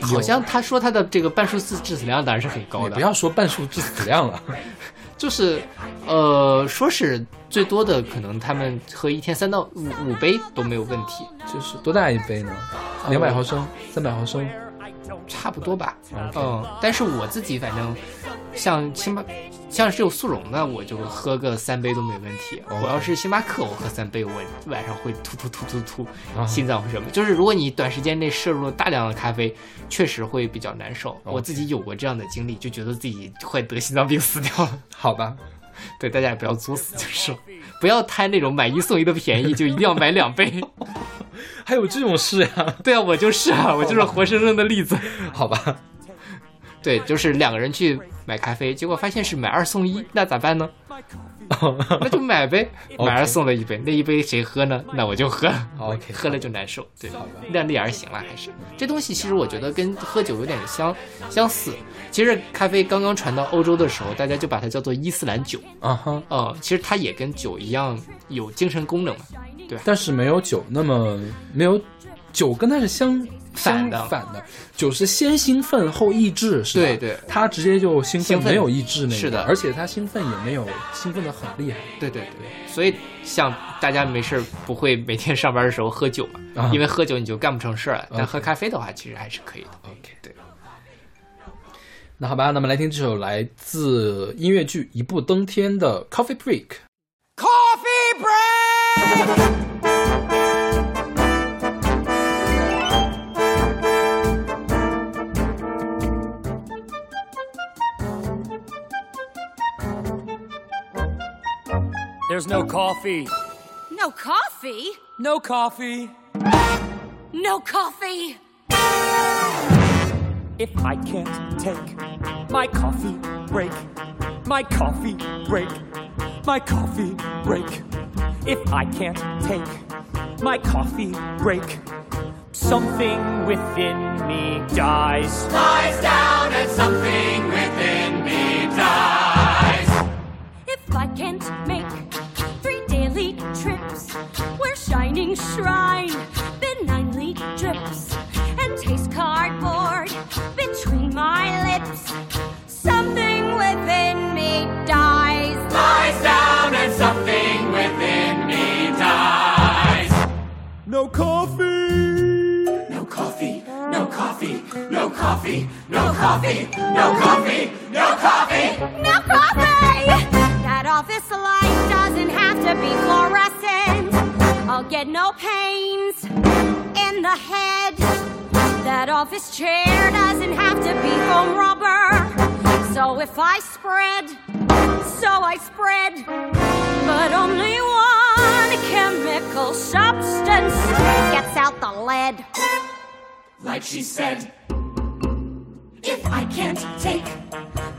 Speaker 1: 好像他说他的这个半数字致死量当然是很高
Speaker 2: 你
Speaker 1: 的，
Speaker 2: 不要说半数致死量了。
Speaker 1: 就是，呃，说是最多的可能他们喝一天三到五五杯都没有问题，
Speaker 2: 就是多大一杯呢？两百毫升、三百毫升。
Speaker 1: 差不多吧。嗯，但是我自己反正像星巴，像是有速溶的，我就喝个三杯都没问题。我要是星巴克，我喝三杯，我晚上会突突突突
Speaker 2: 啊
Speaker 1: 突，心脏会什么？就是如果你短时间内摄入了大量的咖啡，确实会比较难受。我自己有过这样的经历，就觉得自己快得心脏病死掉了。
Speaker 2: 好吧，
Speaker 1: 对，大家也不要作死，就是了不要贪那种买一送一的便宜，就一定要买两杯。
Speaker 2: 还有这种事呀、
Speaker 1: 对啊，我就是啊，我就是活生生的例子。
Speaker 2: 好吧，
Speaker 1: 对，就是两个人去买咖啡，结果发现是买二送一，那咋办呢？ 那就买 呗，
Speaker 2: OK
Speaker 1: 买二送了一杯，那一杯谁喝呢？那我就喝
Speaker 2: OK
Speaker 1: 喝了就难受，对
Speaker 2: 好吧，
Speaker 1: 量力而行了，还是这东西其实我觉得跟喝酒有点相相似。其实咖啡刚刚传到欧洲的时候，大家就把它叫做伊斯兰酒，
Speaker 2: 啊哈，
Speaker 1: 呃，其实它也跟酒一样有精神功能嘛，对吧？
Speaker 2: 但是没有酒那么没有酒跟它是相
Speaker 1: 反的
Speaker 2: 相反的，酒是先兴奋后抑制，是吧？
Speaker 1: 对对
Speaker 2: 它直接就兴奋，
Speaker 1: 兴奋
Speaker 2: 没有抑制那个，
Speaker 1: 是的
Speaker 2: 而且它兴奋也没有兴奋的很厉害。
Speaker 1: 对对对，所以像大家没事儿不会每天上班的时候喝酒嘛，
Speaker 2: 啊
Speaker 1: 因为喝酒你就干不成事儿了。但
Speaker 2: OK
Speaker 1: 喝咖啡的话，其实还是可以的。
Speaker 2: OK，对。那好吧，那么来听这首来自音乐剧《一步登天》的《Coffee Break》。
Speaker 3: Coffee break.
Speaker 8: There's no coffee.
Speaker 9: No coffee?
Speaker 8: No coffee.
Speaker 9: No coffee!
Speaker 8: If I can't take my coffee break, my coffee break, my coffee break. If I can't take my coffee break, something within me dies. Lies down and something within me dies.
Speaker 9: If I can't make three daily trips, where shining shrine benignly drips and tastes cardboard between my lips, something within me dies.
Speaker 8: Lies down and something within me dies. No coffee. No coffee. No coffee. No coffee. No coffee. No coffee. No coffee.
Speaker 9: No coffee! That office light doesn't have to be fluorescent. I'll get no pains in the head. That office chair doesn't have to be foam rubber. So if I spread, so I spread. But only one chemical substance gets out the lead.
Speaker 8: Like she said, if I can't take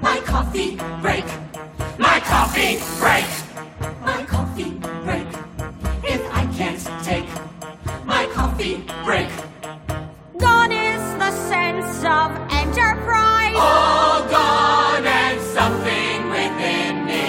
Speaker 8: my coffee break, my coffee break, my coffee break. If I can't take my coffee break,
Speaker 9: Gone is the sense of enterprise.
Speaker 8: all gone and something within me.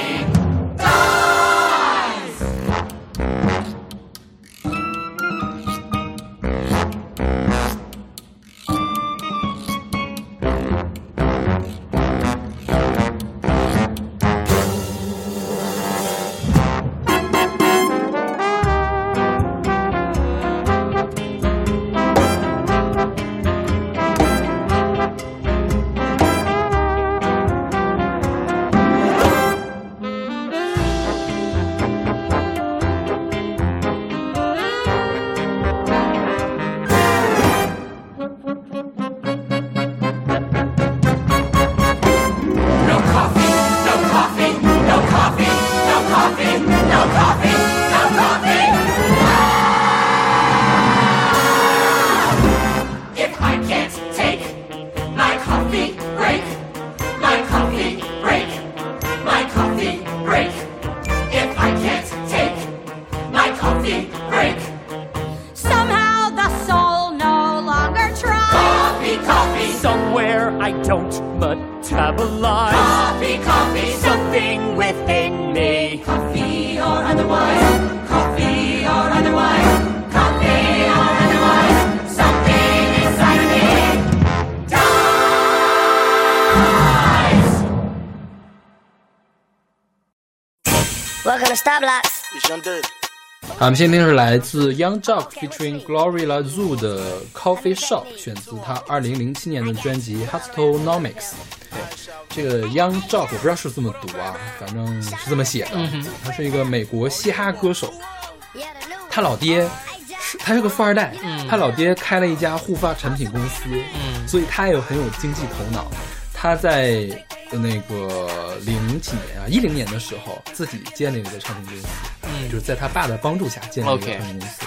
Speaker 8: No coffee, no coffee, no coffee, no coffee, no coffee, no coffee. If I can't take my coffee break, my coffee break, my coffee break. If I can't take my coffee break,
Speaker 9: Somehow the soul no longer tries.
Speaker 8: coffee, coffee,
Speaker 10: Somewhere I don't metabolize
Speaker 8: coffee, coffee,
Speaker 10: something within me.
Speaker 8: coffee or otherwise, coffee or otherwise, coffee or otherwise, something inside of me dies.
Speaker 11: Welcome to Stop Blocks.
Speaker 3: It's Young Dirty.
Speaker 2: 俺们现在听的是来自 Young Jock featuring Gloria Lazoo 的 Coffee Shop，选自他2007年的专辑 Hustonomics。这个 Young Jock 我不知道是不是这么读啊，反正是这么写的。他是一个美国嘻哈歌手，他老爹是他是个富二代，
Speaker 1: 嗯
Speaker 2: 他老爹开了一家护发产品公司，所以他也很有经济头脑。他在那个零几年啊，一零年的时候自己建立了一个唱片公司，就是在他爸的帮助下建立了一个
Speaker 1: 嗯 OK
Speaker 2: 唱片公司。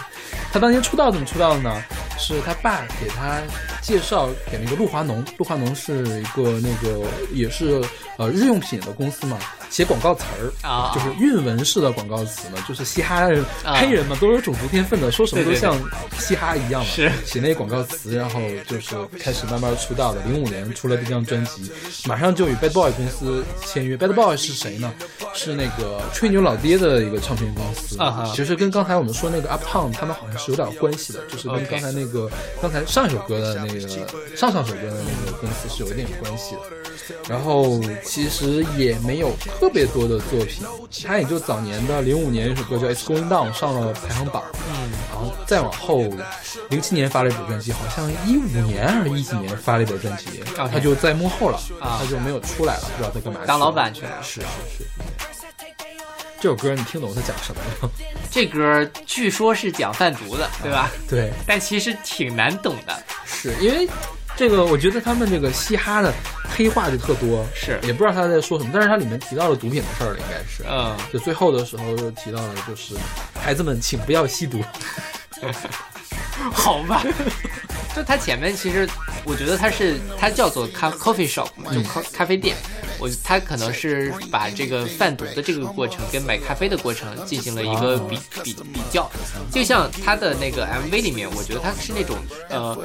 Speaker 2: 他当年出道怎么出道的呢？是他爸给他介绍给那个露华浓，露华浓是一个那个也是呃日用品的公司嘛，写广告词儿
Speaker 1: 啊
Speaker 2: 就是韵文式的广告词嘛，就是嘻哈人、黑人嘛都有种族天分的，说什么都
Speaker 1: 对对对
Speaker 2: 像嘻哈一样嘛，
Speaker 1: 是
Speaker 2: 写那些广告词，然后就是开始慢慢出道的。零五年出了这张专辑，马上就与 Bad Boy 公司签约。Bad Boy 是谁呢？是那个吹牛老爹的一个唱片公司，
Speaker 1: 啊哈
Speaker 2: 其实跟刚才我们说那个 Uptown 他们好像是有点关系的，就是跟
Speaker 1: OK
Speaker 2: 刚才那个刚才上一首歌的那个上上首歌的那个公司是有一点关系的。然后其实也没有特别多的作品，他也就早年的零五年有一首歌叫《It's Going Down》上了排行榜，嗯，然后再往后，零七年发了一本专辑，好像一五年还是一几年发了一本专辑，他就在幕后了，他就没有出来了，不知道在干嘛去了，
Speaker 1: 当老板去了
Speaker 2: 啊是是是。这首歌你听懂他讲什么了吗？
Speaker 1: 这歌据说是讲贩毒的，对吧？
Speaker 2: 对，
Speaker 1: 但其实挺难懂的。
Speaker 2: 是因为这个我觉得他们这个嘻哈的黑话就特多，
Speaker 1: 是
Speaker 2: 也不知道他在说什么，但是它里面提到了毒品的事儿了，应该是，
Speaker 1: 嗯，
Speaker 2: 就最后的时候就提到了，就是孩子们请不要吸毒，
Speaker 1: 好吧。 就它前面其实，我觉得它是它叫做咖 coffee shop 嘛，就咖咖啡店。我它可能是把这个贩毒的这个过程跟买咖啡的过程进行了一个比比比较，就像它的那个 MV 里面，我觉得它是那种呃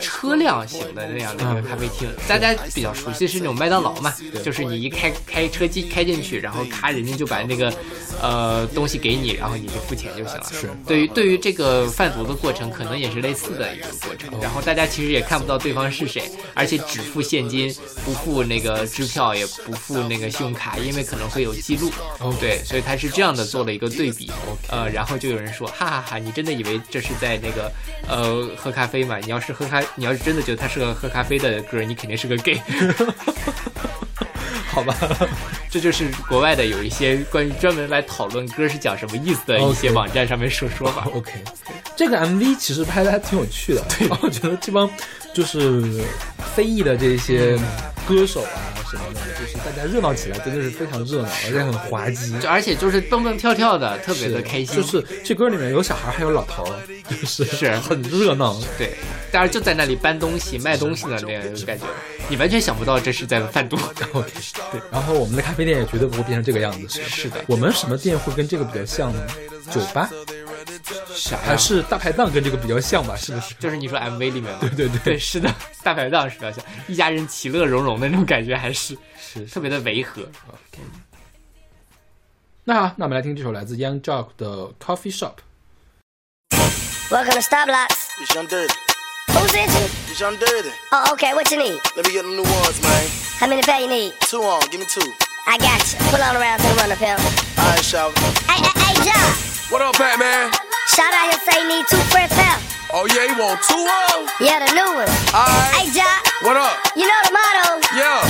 Speaker 1: 车辆型的那样的一个咖啡厅，大家比较熟悉是那种麦当劳嘛，就是你一开开车进开进去，然后咔人家就把那个呃东西给你，然后你就付钱就行了。是对于对于这个贩毒的过程，可能也是类似的一个过程。然后大家其实也看不到对方是谁，而且只付现金，不付那个支票，也不付那个信用卡，因为可能会有记录。
Speaker 2: 哦
Speaker 1: 对，所以他是这样的做了一个对比。呃，然后就有人说，哈哈哈，你真的以为这是在那个呃喝咖啡吗？你要是喝咖，你要是真的觉得他是个喝咖啡的歌，你肯定是个 gay。
Speaker 2: 好吧？
Speaker 1: 这就是国外的有一些关于专门来讨论歌是讲什么意思的一些
Speaker 2: OK
Speaker 1: 网站上面说说法。
Speaker 2: OK，这个 MV 其实拍的还挺有趣的，对， 我觉得这帮就是非裔的这些
Speaker 1: 嗯
Speaker 2: 歌手啊什么的，就是大家热闹起来真的是非常热闹，而且很滑稽。
Speaker 1: 就而且就是蹦蹦跳跳的，特别的开心。
Speaker 2: 就是这歌里面有小孩，还有老头儿，就是
Speaker 1: 是
Speaker 2: 很热闹。
Speaker 1: 对，当然就在那里搬东西、卖东西的那样一个感觉，你完全想不到这是在贩毒。
Speaker 2: OK，对。然后我们的咖啡店也绝对不会变成这个样子。是的，我们什么店会跟这个比较像呢？酒吧
Speaker 1: 啥
Speaker 2: 还是大排档跟这个比较像吧？是不是？
Speaker 1: 就是你说 MV 里面嘛，对
Speaker 2: 对对
Speaker 1: 对，是的，大排档是比较像一家人其乐融融的那种感觉，还是是特别的违和。
Speaker 2: 嗯那好，那我们来听这首来自 Young Jock 的《Coffee Shop》。
Speaker 11: Welcome to Star Blocks.
Speaker 12: It's young dirty.
Speaker 11: Who's itching?
Speaker 12: It's young dirty.
Speaker 11: Oh, okay, what you need?
Speaker 12: Let me get them new ones, man.
Speaker 11: How many pair you need?
Speaker 12: Two on, give me two.
Speaker 11: I got you. Pull on around to the runner, pimp.
Speaker 12: All right, shout.
Speaker 11: Hey, hey, hey, John.
Speaker 13: What up, Batman?
Speaker 11: Shout out here say you need two fresh pimp.
Speaker 13: Oh, yeah, you want two on?
Speaker 11: Yeah, the new one.
Speaker 13: All right.
Speaker 11: Hey, John.
Speaker 13: What up?
Speaker 11: You know the motto.
Speaker 13: Yeah.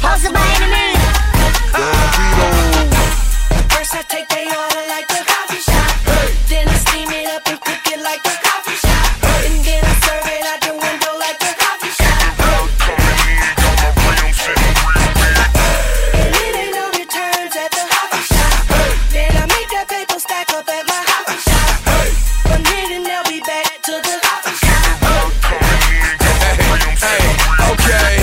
Speaker 11: Hustle by any means.
Speaker 14: First I take they order like a coffee shop. Then I steam it up and cook it like a coffee shop. And then I serve it out the window like a coffee shop. And it ain't no returns at the coffee shop. Then I make that paper stack up at my coffee shop. From here then they'll be back to the coffee shop.
Speaker 13: Hey, okay.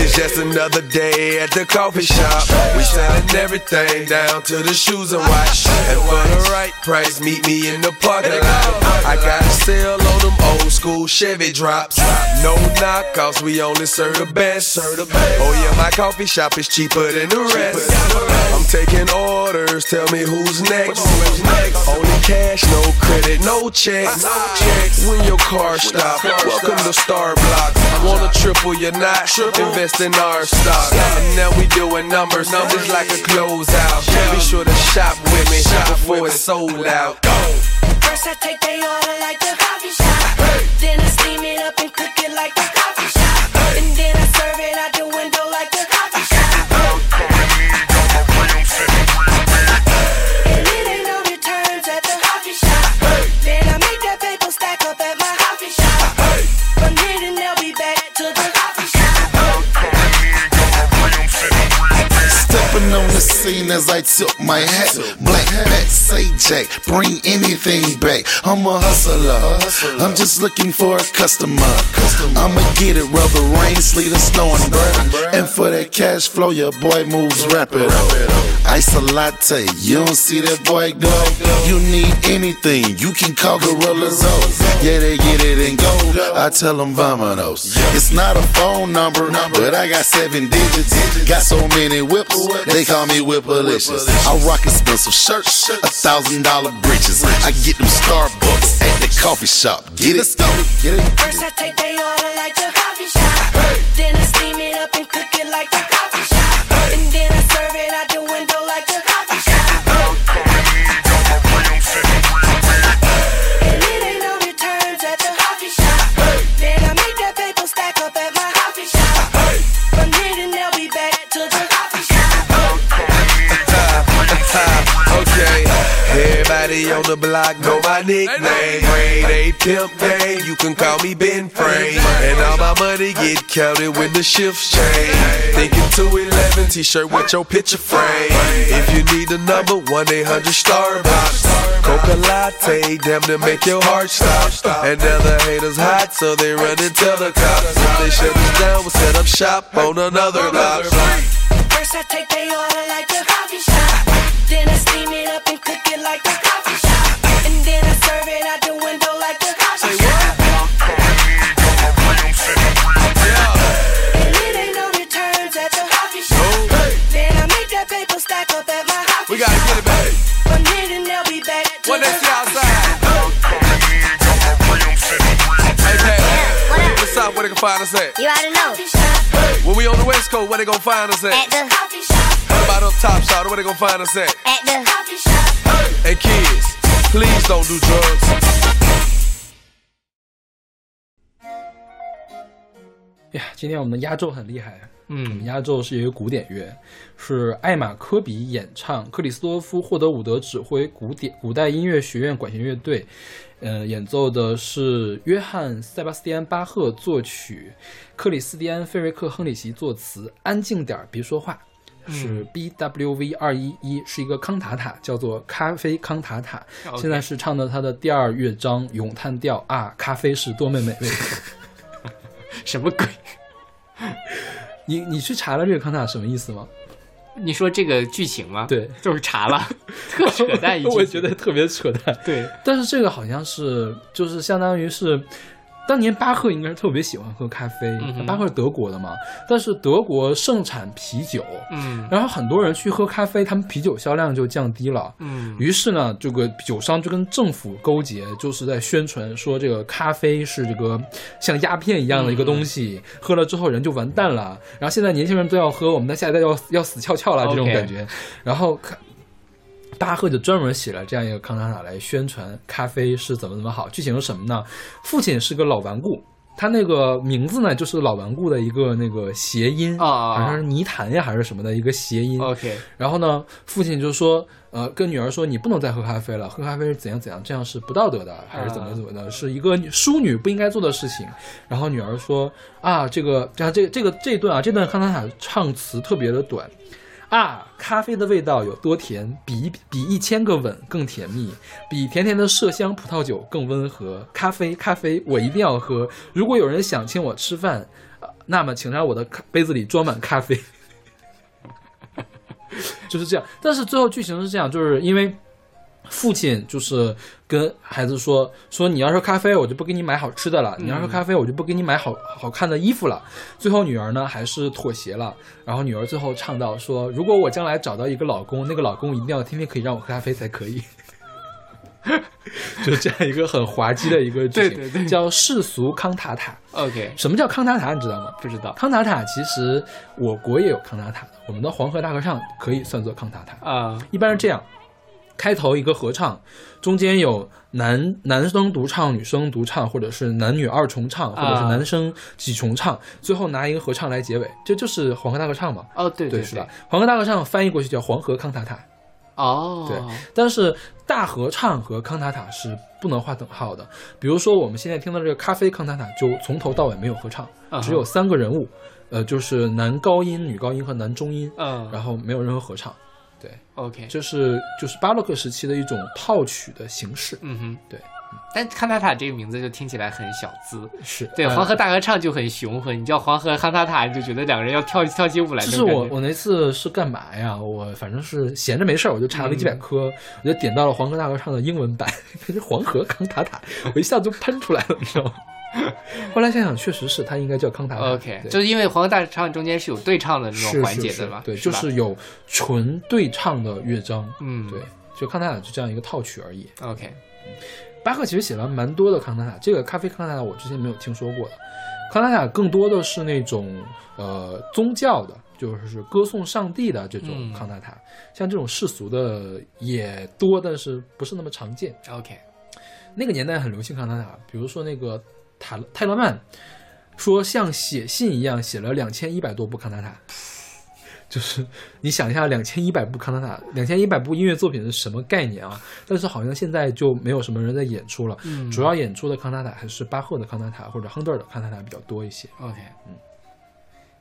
Speaker 13: It's just another day at the coffee shop. We selling everything down to the shoes and watch. And for the right price, meet me in the parking lot. I got a sale on them old school Chevy drops. No knockoffs, we only serve the best. Oh yeah, my coffee shop is cheaper than the rest. I'm taking orders, tell me who's next. Only cash, no credit, no checks. When your car stop, welcome to Star Block. Wanna triple your not? Invest in our stock. And now we doing numbers, numbers like a closeout. Be sure to shop with me before it's sold out.
Speaker 14: First I take they order like the coffee shop. Then I steam it up and cook it like the coffee shop. And then I serve it out the window like the coffee shop. And it ain't no returns at the coffee shop. Then I make that paper stack up at my coffee shop. From here then they'll be back to the coffee shop.
Speaker 15: Stepping on the scene as I took my hat. Black hat, say Jack, bring anything back. I'm a hustler. I'm just looking for a customer. I'ma get it, rubber rain, sleet, or snowing. And for that cash flow, your boy moves rapid. Ice a latte, you don't see that boy go. You need anything, you can call Gorillas O. Yeah, they get it and go. I tell them vamonos. It's not a phone number, but I got seven digits. Got so many whips, they call me Whipalicious. I rock expensive shirts, a thousand dollar breeches. I get them Starbucks at the coffee shop. Get it? Get it?
Speaker 14: First I take they order like the coffee shop. Then I steam it up and cook it like the coffee shop. And then I serve it out the window like the coffee shop. And it ain't no returns at the coffee shop. Then I make that paper stack up at my coffee shop. From here then they'll be back to the coffee shop.
Speaker 13: okay. Everybody Everybody on the block know my nickname. Rain ain't pimp game, you can call me Ben Frame. And all my money get counted when the shifts change. Thinking 211 t-shirt with your picture frame. If you need a number, 1-800-STARBOX. Coca latte, damn to make your heart stop. And now the haters hot, so they run and tell the cops. If they shut us down, we'll set up shop on another block.
Speaker 14: First I take they order like the coffee shop. Then I steam it up and cook it like the coffee shop. And then I serve it out the window like the coffee shop. And it ain't no returns at the coffee shop. Then I make that paper stack up at my house.
Speaker 13: We gotta get it back.
Speaker 14: From here then they'll be back to
Speaker 13: What
Speaker 14: the
Speaker 13: they see outside? Hey, Pat. What's up? Where they can find us at?
Speaker 11: You already know.
Speaker 13: When we on the West Coast, where they gonna find us at?
Speaker 11: At the coffee shop.
Speaker 13: What about up top, shot? Where they gonna find us at?
Speaker 11: At the coffee shop.
Speaker 13: Hey, kids, please don't do drugs.
Speaker 2: 哎呀，今天我们的压轴很厉害。啊
Speaker 1: 嗯，
Speaker 2: 我们压轴是有一个古典乐，是艾玛·科比演唱，克里斯多夫·霍德伍德指挥古典古代音乐学院管弦乐队，呃，演奏的是约翰·塞巴斯蒂安·巴赫作曲，克里斯蒂安·费瑞克·亨里奇作词。安静点儿，别说话。
Speaker 1: 嗯
Speaker 2: 是 B W V 二一一，是一个康塔塔，叫做咖啡康塔塔。
Speaker 1: 哦 OK
Speaker 2: 现在是唱的它的第二乐章《咏叹调》啊，咖啡是多么美味。
Speaker 1: 什么鬼？
Speaker 2: 你你去查了这个康塔什么意思吗？
Speaker 1: 你说这个剧情吗？
Speaker 2: 对，
Speaker 1: 就是查 了，特扯淡一句。
Speaker 2: 我觉得特别扯淡。
Speaker 1: 对，
Speaker 2: 但是这个好像是就是相当于是，当年巴赫应该是特别喜欢喝咖啡，
Speaker 1: 嗯哼
Speaker 2: 巴赫是德国的嘛，但是德国盛产啤酒，
Speaker 1: 嗯
Speaker 2: 然后很多人去喝咖啡，他们啤酒销量就降低了。
Speaker 1: 嗯
Speaker 2: 于是呢，这个酒商就跟政府勾结，就是在宣传说这个咖啡是这个像鸦片一样的一个东西，
Speaker 1: 嗯
Speaker 2: 喝了之后人就完蛋了。然后现在年轻人都要喝，我们的下一代要要死翘翘了这种
Speaker 1: OK
Speaker 2: 感觉。然后看巴赫就专门写了这样一个康塔塔来宣传咖啡是怎么怎么好。剧情是什么呢？父亲是个老顽固，他那个名字呢就是老顽固的一个那个谐音，
Speaker 1: 啊哦
Speaker 2: 好像是泥潭呀还是什么的一个谐音。
Speaker 1: OK，
Speaker 2: 然后呢，父亲就说，呃，跟女儿说，你不能再喝咖啡了，喝咖啡是怎样怎样，这样是不道德的，还是怎么怎么的，是一个淑女不应该做的事情。然后女儿说，啊，这个，这样这个这个这段啊，这段康塔塔唱词特别的短。啊，咖啡的味道有多甜，比比一千个吻更甜蜜，比甜甜的麝香葡萄酒更温和。咖啡， 咖啡，我一定要喝。如果有人想请我吃饭，呃那么请让我的咖杯子里装满咖啡。就是这样。但是最后剧情是这样，就是因为父亲就是跟孩子说说你要是咖啡，我就不给你买好吃的了；
Speaker 1: 嗯
Speaker 2: 你要是咖啡，我就不给你买好好看的衣服了。最后女儿呢还是妥协了，然后女儿最后唱到说：“如果我将来找到一个老公，那个老公一定要天天可以让我喝咖啡才可以。” 就这样一个很滑稽的一个剧情，
Speaker 1: 对对对
Speaker 2: 叫世俗康塔塔。
Speaker 1: OK，
Speaker 2: 什么叫康塔塔？你知道吗？
Speaker 1: 不知道
Speaker 2: 康塔塔其实我国也有康塔塔的，我们的黄河大合唱可以算作康塔塔。
Speaker 1: 啊、
Speaker 2: 一般是这样，开头一个合唱，中间有男男生独唱、女生独唱，或者是男女二重唱，或者是
Speaker 1: 啊
Speaker 2: 男生几重唱，最后拿一个合唱来结尾，这就是黄河大合唱嘛。
Speaker 1: 哦，对
Speaker 2: 对
Speaker 1: 对
Speaker 2: 是吧？黄河大合唱翻译过去叫黄河康塔塔。
Speaker 1: 哦，
Speaker 2: 对，但是大合唱和康塔塔是不能划等号的。比如说我们现在听到这个咖啡康塔塔，就从头到尾没有合唱
Speaker 1: 啊哈，
Speaker 2: 只有三个人物，呃，就是男高音、女高音和男中音，
Speaker 1: 嗯
Speaker 2: 然后没有任何合唱。对，
Speaker 1: OK，
Speaker 2: 这是就是巴洛克时期的一种套曲的形式。
Speaker 1: 嗯哼，
Speaker 2: 对。
Speaker 1: 但康塔塔这个名字就听起来很小资，
Speaker 2: 是
Speaker 1: 对
Speaker 2: 呃
Speaker 1: 黄河大合唱就很雄浑，你叫黄河康塔塔，你就觉得两个人要跳跳起舞来
Speaker 2: 就
Speaker 1: 那
Speaker 2: 是
Speaker 1: 种感
Speaker 2: 我
Speaker 1: 觉。
Speaker 2: 我那次是干嘛呀？我反正是闲着没事儿，我就查了几百
Speaker 1: 嗯
Speaker 2: 科，我就点到了黄河大合唱的英文版， 它是黄河康塔塔，我一下就喷出来了，你知道吗？ 后来想想，确实是它应该叫康塔塔。
Speaker 1: OK，
Speaker 2: 对
Speaker 1: 就是因为黄河大合唱中间是有对唱的那
Speaker 2: 是
Speaker 1: 种环节
Speaker 2: 是
Speaker 1: 的
Speaker 2: 是
Speaker 1: 嘛，
Speaker 2: 对，
Speaker 1: 是
Speaker 2: 就
Speaker 1: 吧
Speaker 2: 是有纯对唱的乐章，
Speaker 1: 嗯
Speaker 2: 对，就康塔塔就这样一个套曲而已。
Speaker 1: OK，
Speaker 2: 巴赫其实写了蛮多的康塔塔，这个咖啡康塔塔我之前没有听说过的。康塔塔更多的是那种呃宗教的，就是歌颂上帝的这种
Speaker 1: 嗯
Speaker 2: 康塔塔，像这种世俗的也多，但是不是那么常见。
Speaker 1: OK，
Speaker 2: 那个年代很流行康塔塔，比如说那个塔勒泰勒曼，说像写信一样写了两千一百多部康塔塔， 就是你想一下，两千一百部康纳塔，两千一百部音乐作品是什么概念啊？但是好像现在就没有什么人在演出了，
Speaker 1: 嗯
Speaker 2: 主要演出的康纳塔还是巴赫的康纳塔或者亨德尔的康纳塔比较多一些。
Speaker 1: OK，嗯，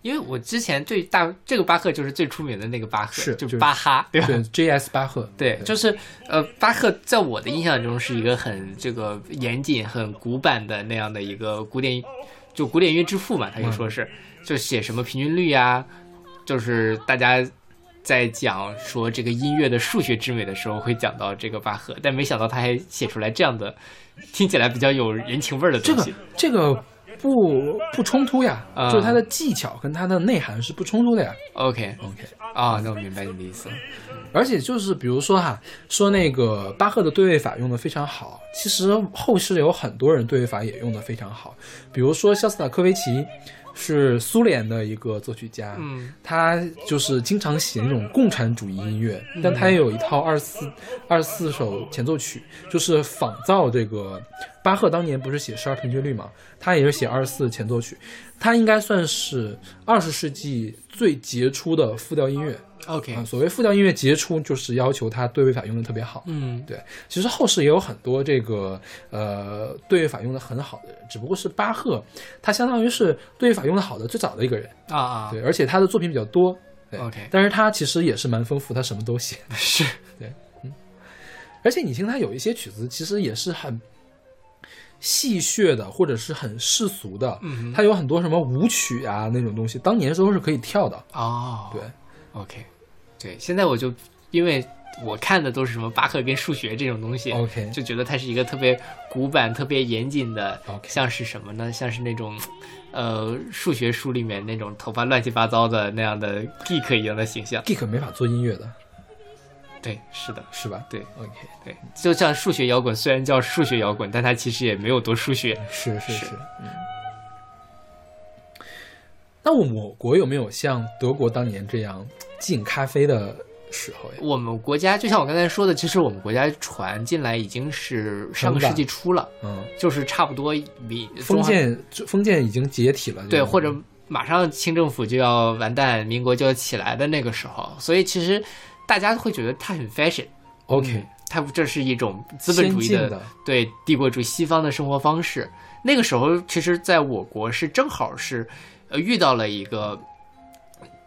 Speaker 1: 因为我之前对大这个巴赫就是最出名的那个巴赫，
Speaker 2: 是
Speaker 1: 就是巴哈，对吧？啊
Speaker 2: 对，J.S. 巴赫，
Speaker 1: 对，就是呃，巴赫在我的印象中是一个很这个严谨、很古板的那样的一个古典，就古典乐之父嘛，他就说是，
Speaker 2: 嗯
Speaker 1: 就写什么平均律啊，就是大家在讲说这个音乐的数学之美的时候会讲到这个巴赫，但没想到他还写出来这样的听起来比较有人情味儿的
Speaker 2: 这
Speaker 1: 东
Speaker 2: 个
Speaker 1: 西。
Speaker 2: 这个不不冲突呀，
Speaker 1: 啊
Speaker 2: 就是它的技巧跟它的内涵是不冲突的呀。
Speaker 1: OK OK，啊、那我明白你的意思了。
Speaker 2: 而且就是比如说哈，说那个巴赫的对位法用的非常好，其实后世有很多人对位法也用的非常好，比如说肖斯塔科维奇。是苏联的一个作曲家，
Speaker 1: 嗯，
Speaker 2: 他就是经常写那种共产主义音乐，
Speaker 1: 嗯
Speaker 2: 但他也有一套二四二四首前奏曲，就是仿造这个巴赫当年不是写十二平均律嘛，他也是写二四前奏曲，他应该算是二十世纪最杰出的复调音乐。
Speaker 1: OK，、
Speaker 2: 啊，所谓复调音乐杰出，就是要求它对位法用的特别好。
Speaker 1: 嗯，
Speaker 2: 对，其实后世也有很多这个呃对位法用的很好的人，只不过是巴赫，他相当于是对位法用的好的最早的一个人。
Speaker 1: 啊啊，
Speaker 2: 对，而且他的作品比较多。对
Speaker 1: OK
Speaker 2: 但是他其实也是蛮丰富，他什么都写。
Speaker 1: 是，
Speaker 2: 对，嗯。而且你听他有一些曲子，其实也是很戏谑的，或者是很世俗的。
Speaker 1: 嗯哼
Speaker 2: 他有很多什么舞曲啊那种东西，当年时候是可以跳的。
Speaker 1: 哦，
Speaker 2: 对
Speaker 1: ，OK，对，现在我就因为我看的都是什么巴赫跟数学这种东西
Speaker 2: OK
Speaker 1: 就觉得它是一个特别古板、特别严谨的
Speaker 2: OK
Speaker 1: 像是什么呢？像是那种呃数学书里面那种头发乱七八糟的那样的 geek 一样的形象。
Speaker 2: geek 没法做音乐的，
Speaker 1: 对，是的，
Speaker 2: 是吧？
Speaker 1: 对
Speaker 2: ，OK，
Speaker 1: 对，就像数学摇滚，虽然叫数学摇滚，但它其实也没有多数学。
Speaker 2: 是是
Speaker 1: 是，
Speaker 2: 嗯。那我我国有没有像德国当年这样禁咖啡的时候呀？
Speaker 1: 我们国家就像我刚才说的，其实我们国家传进来已经是上个
Speaker 2: 很晚
Speaker 1: 世纪初了，
Speaker 2: 嗯，
Speaker 1: 就是差不多比
Speaker 2: 封
Speaker 1: 中华
Speaker 2: 建封建已经解体了，嗯
Speaker 1: 对，
Speaker 2: 这种
Speaker 1: 或者嗯马上清政府就要完蛋，民国就要起来的那个时候，所以其实大家会觉得它很 fashion。
Speaker 2: OK
Speaker 1: 嗯它这是一种资本主义
Speaker 2: 先进
Speaker 1: 的
Speaker 2: 的
Speaker 1: 对帝国主义西方的生活方式。那个时候，其实在我国是正好是呃遇到了一个。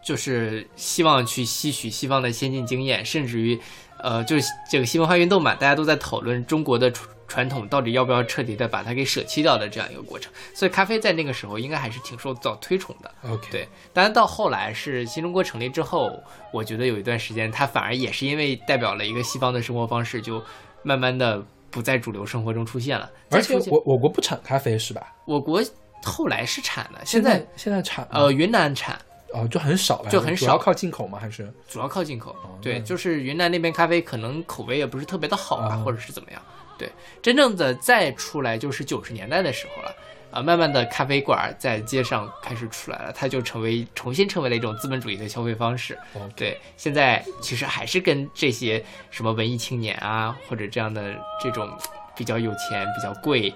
Speaker 1: 就是希望去吸取西方的先进经验，甚至于，呃，就是这个新文化运动嘛，大家都在讨论中国的传传统到底要不要彻底的把它给舍弃掉的这样一个过程。所以咖啡在那个时候应该还是挺受到推崇的。
Speaker 2: OK
Speaker 1: 对，当然到后来是新中国成立之后，我觉得有一段时间它反而也是因为代表了一个西方的生活方式，就慢慢的不在主流生活中出现了。
Speaker 2: 而且
Speaker 1: 再出现
Speaker 2: 我我国不产咖啡是吧？
Speaker 1: 我国后来是产了，
Speaker 2: 现
Speaker 1: 在
Speaker 2: 现在产
Speaker 1: 呃云南产，
Speaker 2: 哦，就很少了，
Speaker 1: 就很
Speaker 2: 主
Speaker 1: 少
Speaker 2: 要靠进口吗？还是
Speaker 1: 主要靠进口。
Speaker 2: 哦那
Speaker 1: 对，就是云南那边咖啡可能口味也不是特别的好吧，
Speaker 2: 哦
Speaker 1: 或者是怎么样。对，真正的再出来就是九十年代的时候了，啊、慢慢的咖啡馆儿在街上开始出来了，它就成为重新成为了一种资本主义的消费方式。
Speaker 2: OK
Speaker 1: 对，现在其实还是跟这些什么文艺青年啊，或者这样的这种比较有钱、比较贵、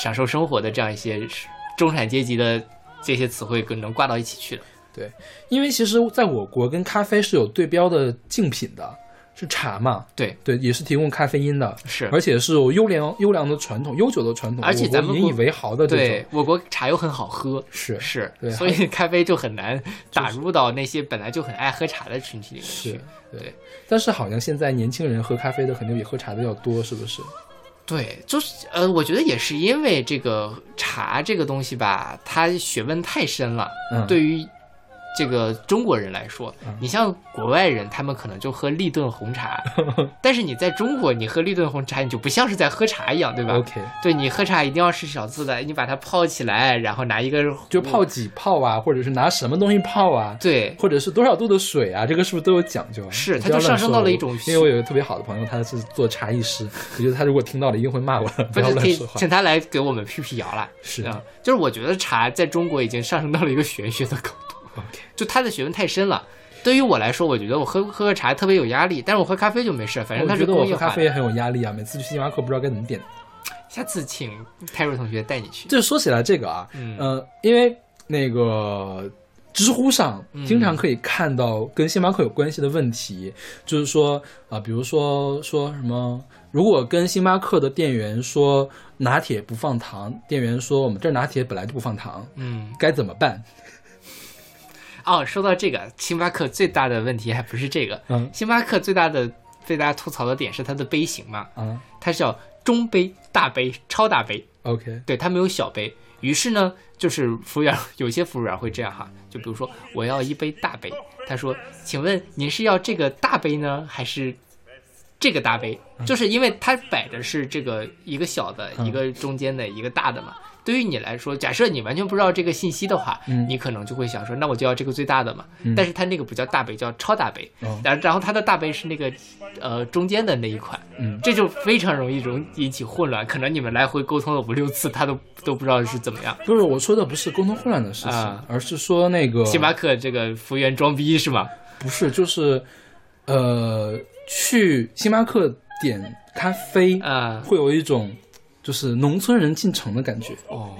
Speaker 1: 享受生活的这样一些中产阶级的这些词汇，能挂到一起去的。
Speaker 2: 对，因为其实在我国跟咖啡是有对标的竞品的，是茶嘛，
Speaker 1: 对
Speaker 2: 对，也是提供咖啡因的，
Speaker 1: 是
Speaker 2: 而且是有优良优良的传统、悠久的传统，
Speaker 1: 而且
Speaker 2: 我国
Speaker 1: 咱们
Speaker 2: 引以
Speaker 1: 国
Speaker 2: 为豪的这
Speaker 1: 对
Speaker 2: 种，
Speaker 1: 我国茶又很好喝，
Speaker 2: 是
Speaker 1: 是
Speaker 2: 对，
Speaker 1: 所以咖啡就很难打入到那些本来就很爱喝茶的群体里面去。
Speaker 2: 是对。但是好像现在年轻人喝咖啡的肯定比喝茶的要多，是不是？
Speaker 1: 嗯对，就是呃，我觉得也是因为这个茶这个东西吧，它学问太深了。
Speaker 2: 嗯
Speaker 1: 对于这个中国人来说，你像国外人，他们可能就喝立顿 红茶，但是你在中国，你喝立顿红茶，你就不像是在喝茶一样，对吧
Speaker 2: OK
Speaker 1: 对你喝茶一定要是少自来，你把它泡起来，然后拿一个
Speaker 2: 就
Speaker 1: 壶
Speaker 2: 泡几泡啊，或者是拿什么东西泡啊，
Speaker 1: 对，
Speaker 2: 或者是多少度的水啊，这个是不是都有讲究啊？
Speaker 1: 是
Speaker 2: 你
Speaker 1: 它
Speaker 2: 不要
Speaker 1: 就
Speaker 2: 乱
Speaker 1: 上升
Speaker 2: 说
Speaker 1: 到了
Speaker 2: 我
Speaker 1: 一种
Speaker 2: 因为我有一个特别好的朋友，他是做茶艺师， 我觉得他如果听到了一定会骂我的，不
Speaker 1: 不
Speaker 2: 要
Speaker 1: 是可
Speaker 2: 乱
Speaker 1: 以
Speaker 2: 说话
Speaker 1: 请。他来给我们辟辟谣啦。
Speaker 2: 是
Speaker 1: 啊，就是我觉得茶在中国已经上升到了一个玄学的高度就它的学问太深了。对于我来说，我觉得我喝喝个茶特别有压力，但是我喝咖啡就没事，反正它
Speaker 2: 我觉
Speaker 1: 是
Speaker 2: 得我
Speaker 1: 工业
Speaker 2: 喝咖
Speaker 1: 化
Speaker 2: 啡也
Speaker 1: 的。
Speaker 2: 很有压力啊，每次去星巴克不知道该怎么点。
Speaker 1: 下次请泰瑞同学带你去。
Speaker 2: 就说起来这个啊，
Speaker 1: 嗯
Speaker 2: 呃，因为那个知乎上经常可以看到跟星巴克有关系的问题，就是说啊、比如说说什么，如果跟星巴克的店员说拿铁不放糖，店员说我们这儿拿铁本来就不放糖，
Speaker 1: 嗯，
Speaker 2: 该怎么办？
Speaker 1: 哦，说到这个，星巴克最大的问题还不是这个，
Speaker 2: 嗯
Speaker 1: 星巴克最大的被大家吐槽的点是它的杯型嘛，
Speaker 2: 啊
Speaker 1: 它是叫中杯、大杯、超大杯，
Speaker 2: ，OK，
Speaker 1: 对，它没有小杯。于是呢，就是服务员 有些服务员会这样哈，就比如说我要一杯大杯，他说，请问您是要这个大杯呢，还是这个大杯？就是因为它摆的是这个一个小的、
Speaker 2: 嗯
Speaker 1: 一个中间的、一个大的嘛。对于你来说，假设你完全不知道这个信息的话，
Speaker 2: 嗯
Speaker 1: 你可能就会想说，那我就要这个最大的嘛。
Speaker 2: 嗯
Speaker 1: 但是它那个不叫大杯，叫超大杯。
Speaker 2: 哦
Speaker 1: 然然后它的大杯是那个呃中间的那一款。
Speaker 2: 嗯
Speaker 1: 这就非常容易容引起混乱，可能你们来回沟通了五六次，他都都不知道是怎么样。
Speaker 2: 不是我说的不是沟通混乱的事情，
Speaker 1: 啊
Speaker 2: 而是说那个
Speaker 1: 星巴克这个服务员装逼是吗？
Speaker 2: 不是，就是呃，去星巴克点咖啡，
Speaker 1: 啊，
Speaker 2: 会有一种就是农村人进城的感觉。
Speaker 1: 哦，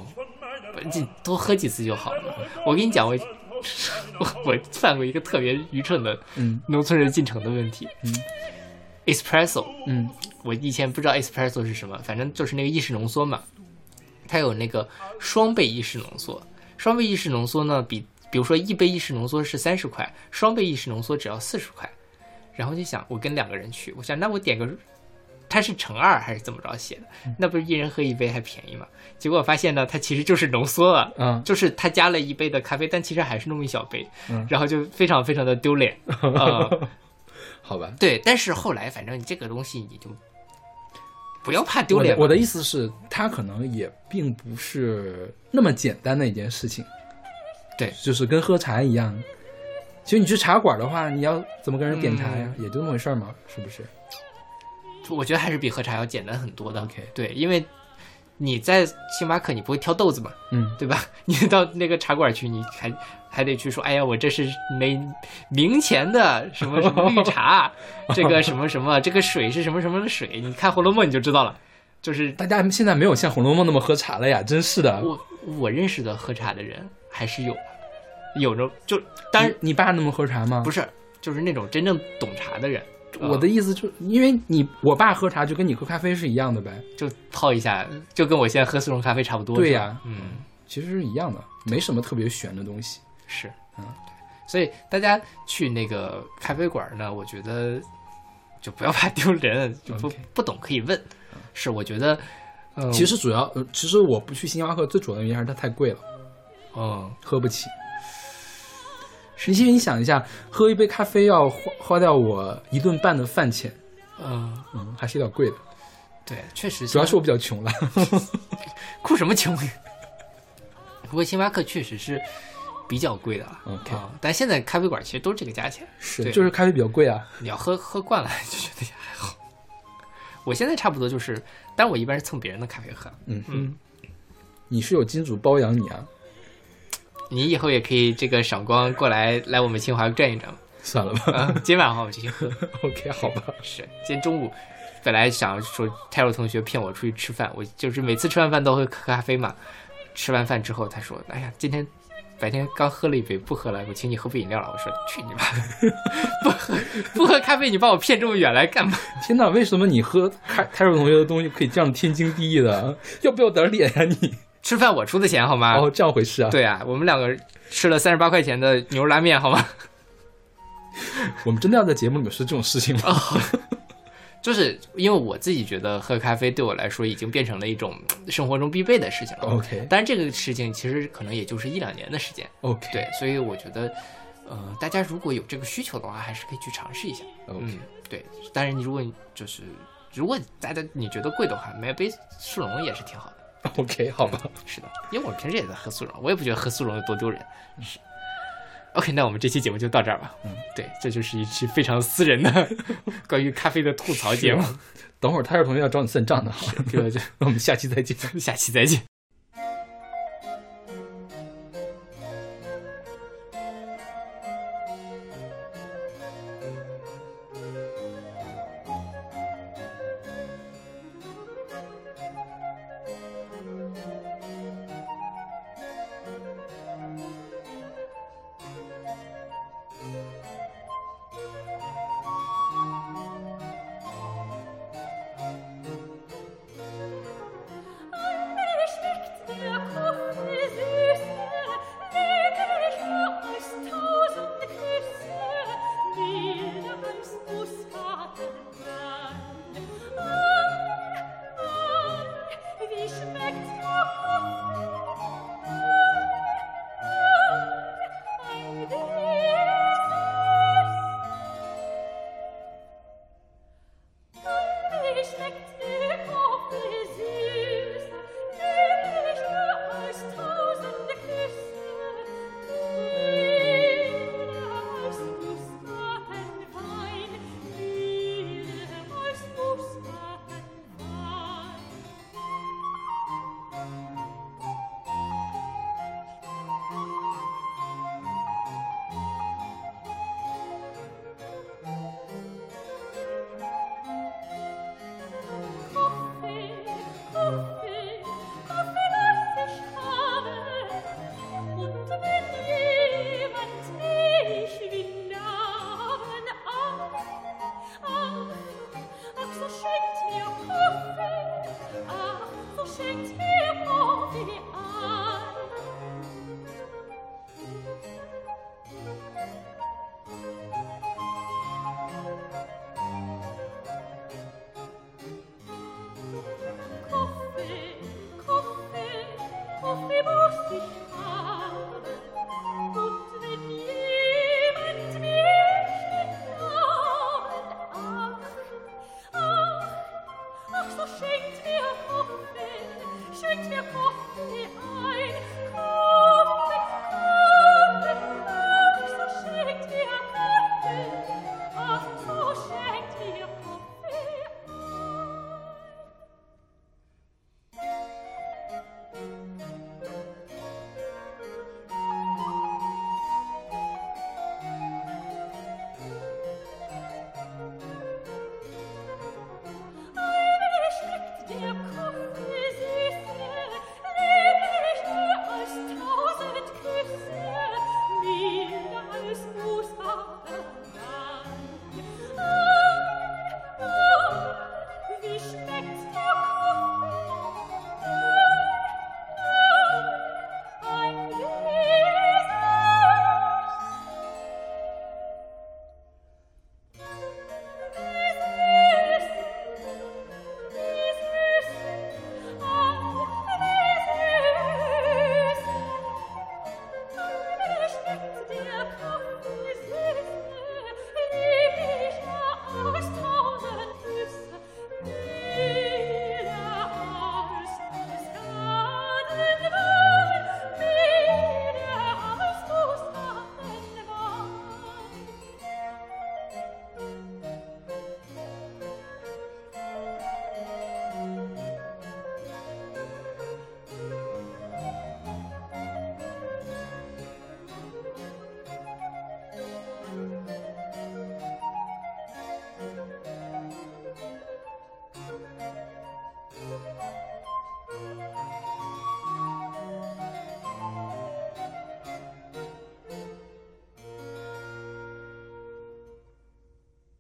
Speaker 1: 这多喝几次就好 了嘛。我跟你讲，我 我我犯过一个特别愚蠢的
Speaker 2: 嗯
Speaker 1: 农村人进城的问题。
Speaker 2: 嗯
Speaker 1: espresso，
Speaker 2: 嗯，
Speaker 1: 我以前不知道 espresso 是什么，反正就是那个意式浓缩嘛。它有那个双倍意式浓缩，双倍意式浓缩呢，比比如说一杯意式浓缩是三十块，双倍意式浓缩只要四十块。然后就想，我跟两个人去，我想那我点个，它是乘二还是怎么着写的？
Speaker 2: 嗯
Speaker 1: 那不是一人喝一杯还便宜吗？结果我发现呢，它其实就是浓缩了，
Speaker 2: 嗯
Speaker 1: 就是它加了一杯的咖啡，但其实还是那么一小杯，
Speaker 2: 嗯
Speaker 1: 然后就非常非常的丢脸，呃，
Speaker 2: 好吧，
Speaker 1: 对，但是后来反正你这个东西你就不要怕丢脸
Speaker 2: 我的。我的意
Speaker 1: 思，
Speaker 2: 思是，它可能也并不是那么简单的一件事情。
Speaker 1: 对，
Speaker 2: 就是跟喝茶一样。其实你去茶馆的话，你要怎么跟人点茶呀？
Speaker 1: 嗯
Speaker 2: 也就那么回事儿嘛，是不是？
Speaker 1: 我觉得还是比喝茶要简单很多的。
Speaker 2: OK
Speaker 1: 对，因为你在星巴克你不会挑豆子嘛，
Speaker 2: 嗯，
Speaker 1: 对吧？ 你到那个茶馆去，你还还得去说，哎呀，我这是没明前的什么什么绿茶，这个什么什么，这个水是什么什么的水，你看《红楼梦》你就知道了。就是
Speaker 2: 大家现在没有像《红楼梦》那么喝茶了呀，真是的。
Speaker 1: 我我认识的喝茶的人还是有的，有着就当然
Speaker 2: 你你爸那么喝茶吗？
Speaker 1: 不是，就是那种真正懂茶的人。
Speaker 2: 我的意思就是，因为你我爸喝茶就跟你喝咖啡是一样的呗，
Speaker 1: 就泡一下，就跟我现在喝速溶咖啡差不多。
Speaker 2: 对
Speaker 1: 是吧
Speaker 2: 呀
Speaker 1: 嗯，
Speaker 2: 其实是一样的，没什么特别玄的东西。
Speaker 1: 是，
Speaker 2: 嗯，
Speaker 1: 所以大家去那个咖啡馆呢，我觉得就不要怕丢人，就不
Speaker 2: OK 嗯
Speaker 1: 不懂可以问。是，我觉得，呃
Speaker 2: 其实主要，呃其实我不去星巴克最主要的原因还是它太贵了，
Speaker 1: 嗯，
Speaker 2: 喝不起。你其实你想一下，喝一杯咖啡要花花掉我一顿半的饭钱，
Speaker 1: 嗯，
Speaker 2: 嗯，还是有点贵的。
Speaker 1: 对，确实，
Speaker 2: 主要是我比较穷了，
Speaker 1: 哭什么穷？不过星巴克确实是比较贵的啊
Speaker 2: OK
Speaker 1: 啊但现在咖啡馆其实都这个价钱。
Speaker 2: 是
Speaker 1: 对
Speaker 2: 就是咖啡比较贵啊。
Speaker 1: 你要喝喝惯了就觉得也还好。我现在差不多就是，但我一般是蹭别人的咖啡喝。
Speaker 2: 嗯
Speaker 1: 嗯，
Speaker 2: 你是有金主包养你啊？
Speaker 1: 你以后也可以这个赏光过来，来我们清华转一转嘛。
Speaker 2: 算了吧。
Speaker 1: 啊，今晚的话我们就先喝。
Speaker 2: OK，好吧。
Speaker 1: 是，今天中午本来想说泰若同学骗我出去吃饭，我就是每次吃完饭都会喝咖啡嘛。吃完饭之后，他说：“哎呀，今天白天刚喝了一杯，不喝了，我请你喝杯饮料了。”我说：“去你妈的， 不喝不喝咖啡，你把我骗这么远来干嘛？”
Speaker 2: 天哪，为什么你喝开开水同学的东西可以这样天经地义的？啊 要不要点脸呀、你？
Speaker 1: 吃饭我出的钱好吗？
Speaker 2: 哦，这样回事啊？，
Speaker 1: 对啊，我们两个吃了三十八块钱的牛肉拉面，好吗？
Speaker 2: 我们真的要在节目里面说这种事情吗？
Speaker 1: 就是因为我自己觉得喝咖啡对我来说已经变成了一种嗯生活中必备的事情了。
Speaker 2: OK
Speaker 1: 但是这个事情其实可能也就是一两年的时间。
Speaker 2: OK
Speaker 1: 对，所以我觉得，呃，大家如果有这个需求的话，还是可以去尝试一下。
Speaker 2: OK
Speaker 1: 嗯，对。当然，如果你就是如果大家你觉得贵的话，买杯速溶也是挺好的。
Speaker 2: OK，好吧。
Speaker 1: 是的，因为我平时也在喝速溶，我也不觉得喝速溶有多丢人。是。OK，那我们这期节目就到这儿吧。嗯，对，这就是一期非常私人的 关于咖啡的吐槽节目。
Speaker 2: 等会儿泰瑞同学要找你算账的，好，
Speaker 1: 对对，
Speaker 2: 那我们下期再见。
Speaker 1: 下期再见。
Speaker 11: 「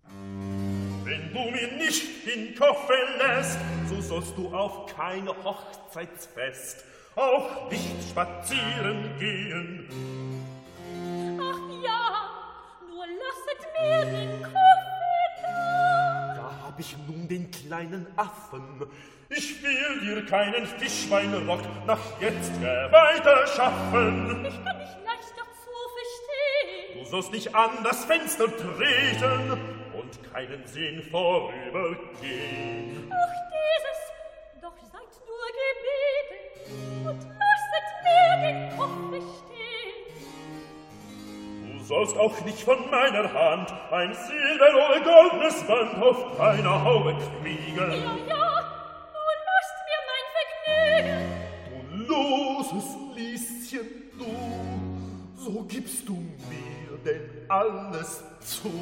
Speaker 16: Wenn du mir nicht den Koffer lässt, so sollst du auf keine Hochzeitsfest, auch nicht spazieren gehen.
Speaker 17: Ach ja, nur lasset mir den Koffer da.
Speaker 16: Da hab ich nun den kleinen Affen. Ich will dir keinen Fischschweinerock nach jetzt weiter schaffen.
Speaker 17: Ich kann dich leichter zu verstehen.
Speaker 16: Du sollst nicht an das Fenster treten und keinen Sinn vorübergehen.
Speaker 17: Ach dieses, doch seid nur gebeten und lasset mir den Koffer stehen.
Speaker 16: Du sollst auch nicht von meiner Hand ein silber oder goldenes Band auf deiner Haube kriegen.
Speaker 17: Ja, ja, nur lasst mir mein Vergnügen.
Speaker 16: Loses Lieschen, du, so gibst du mir denn alles zu.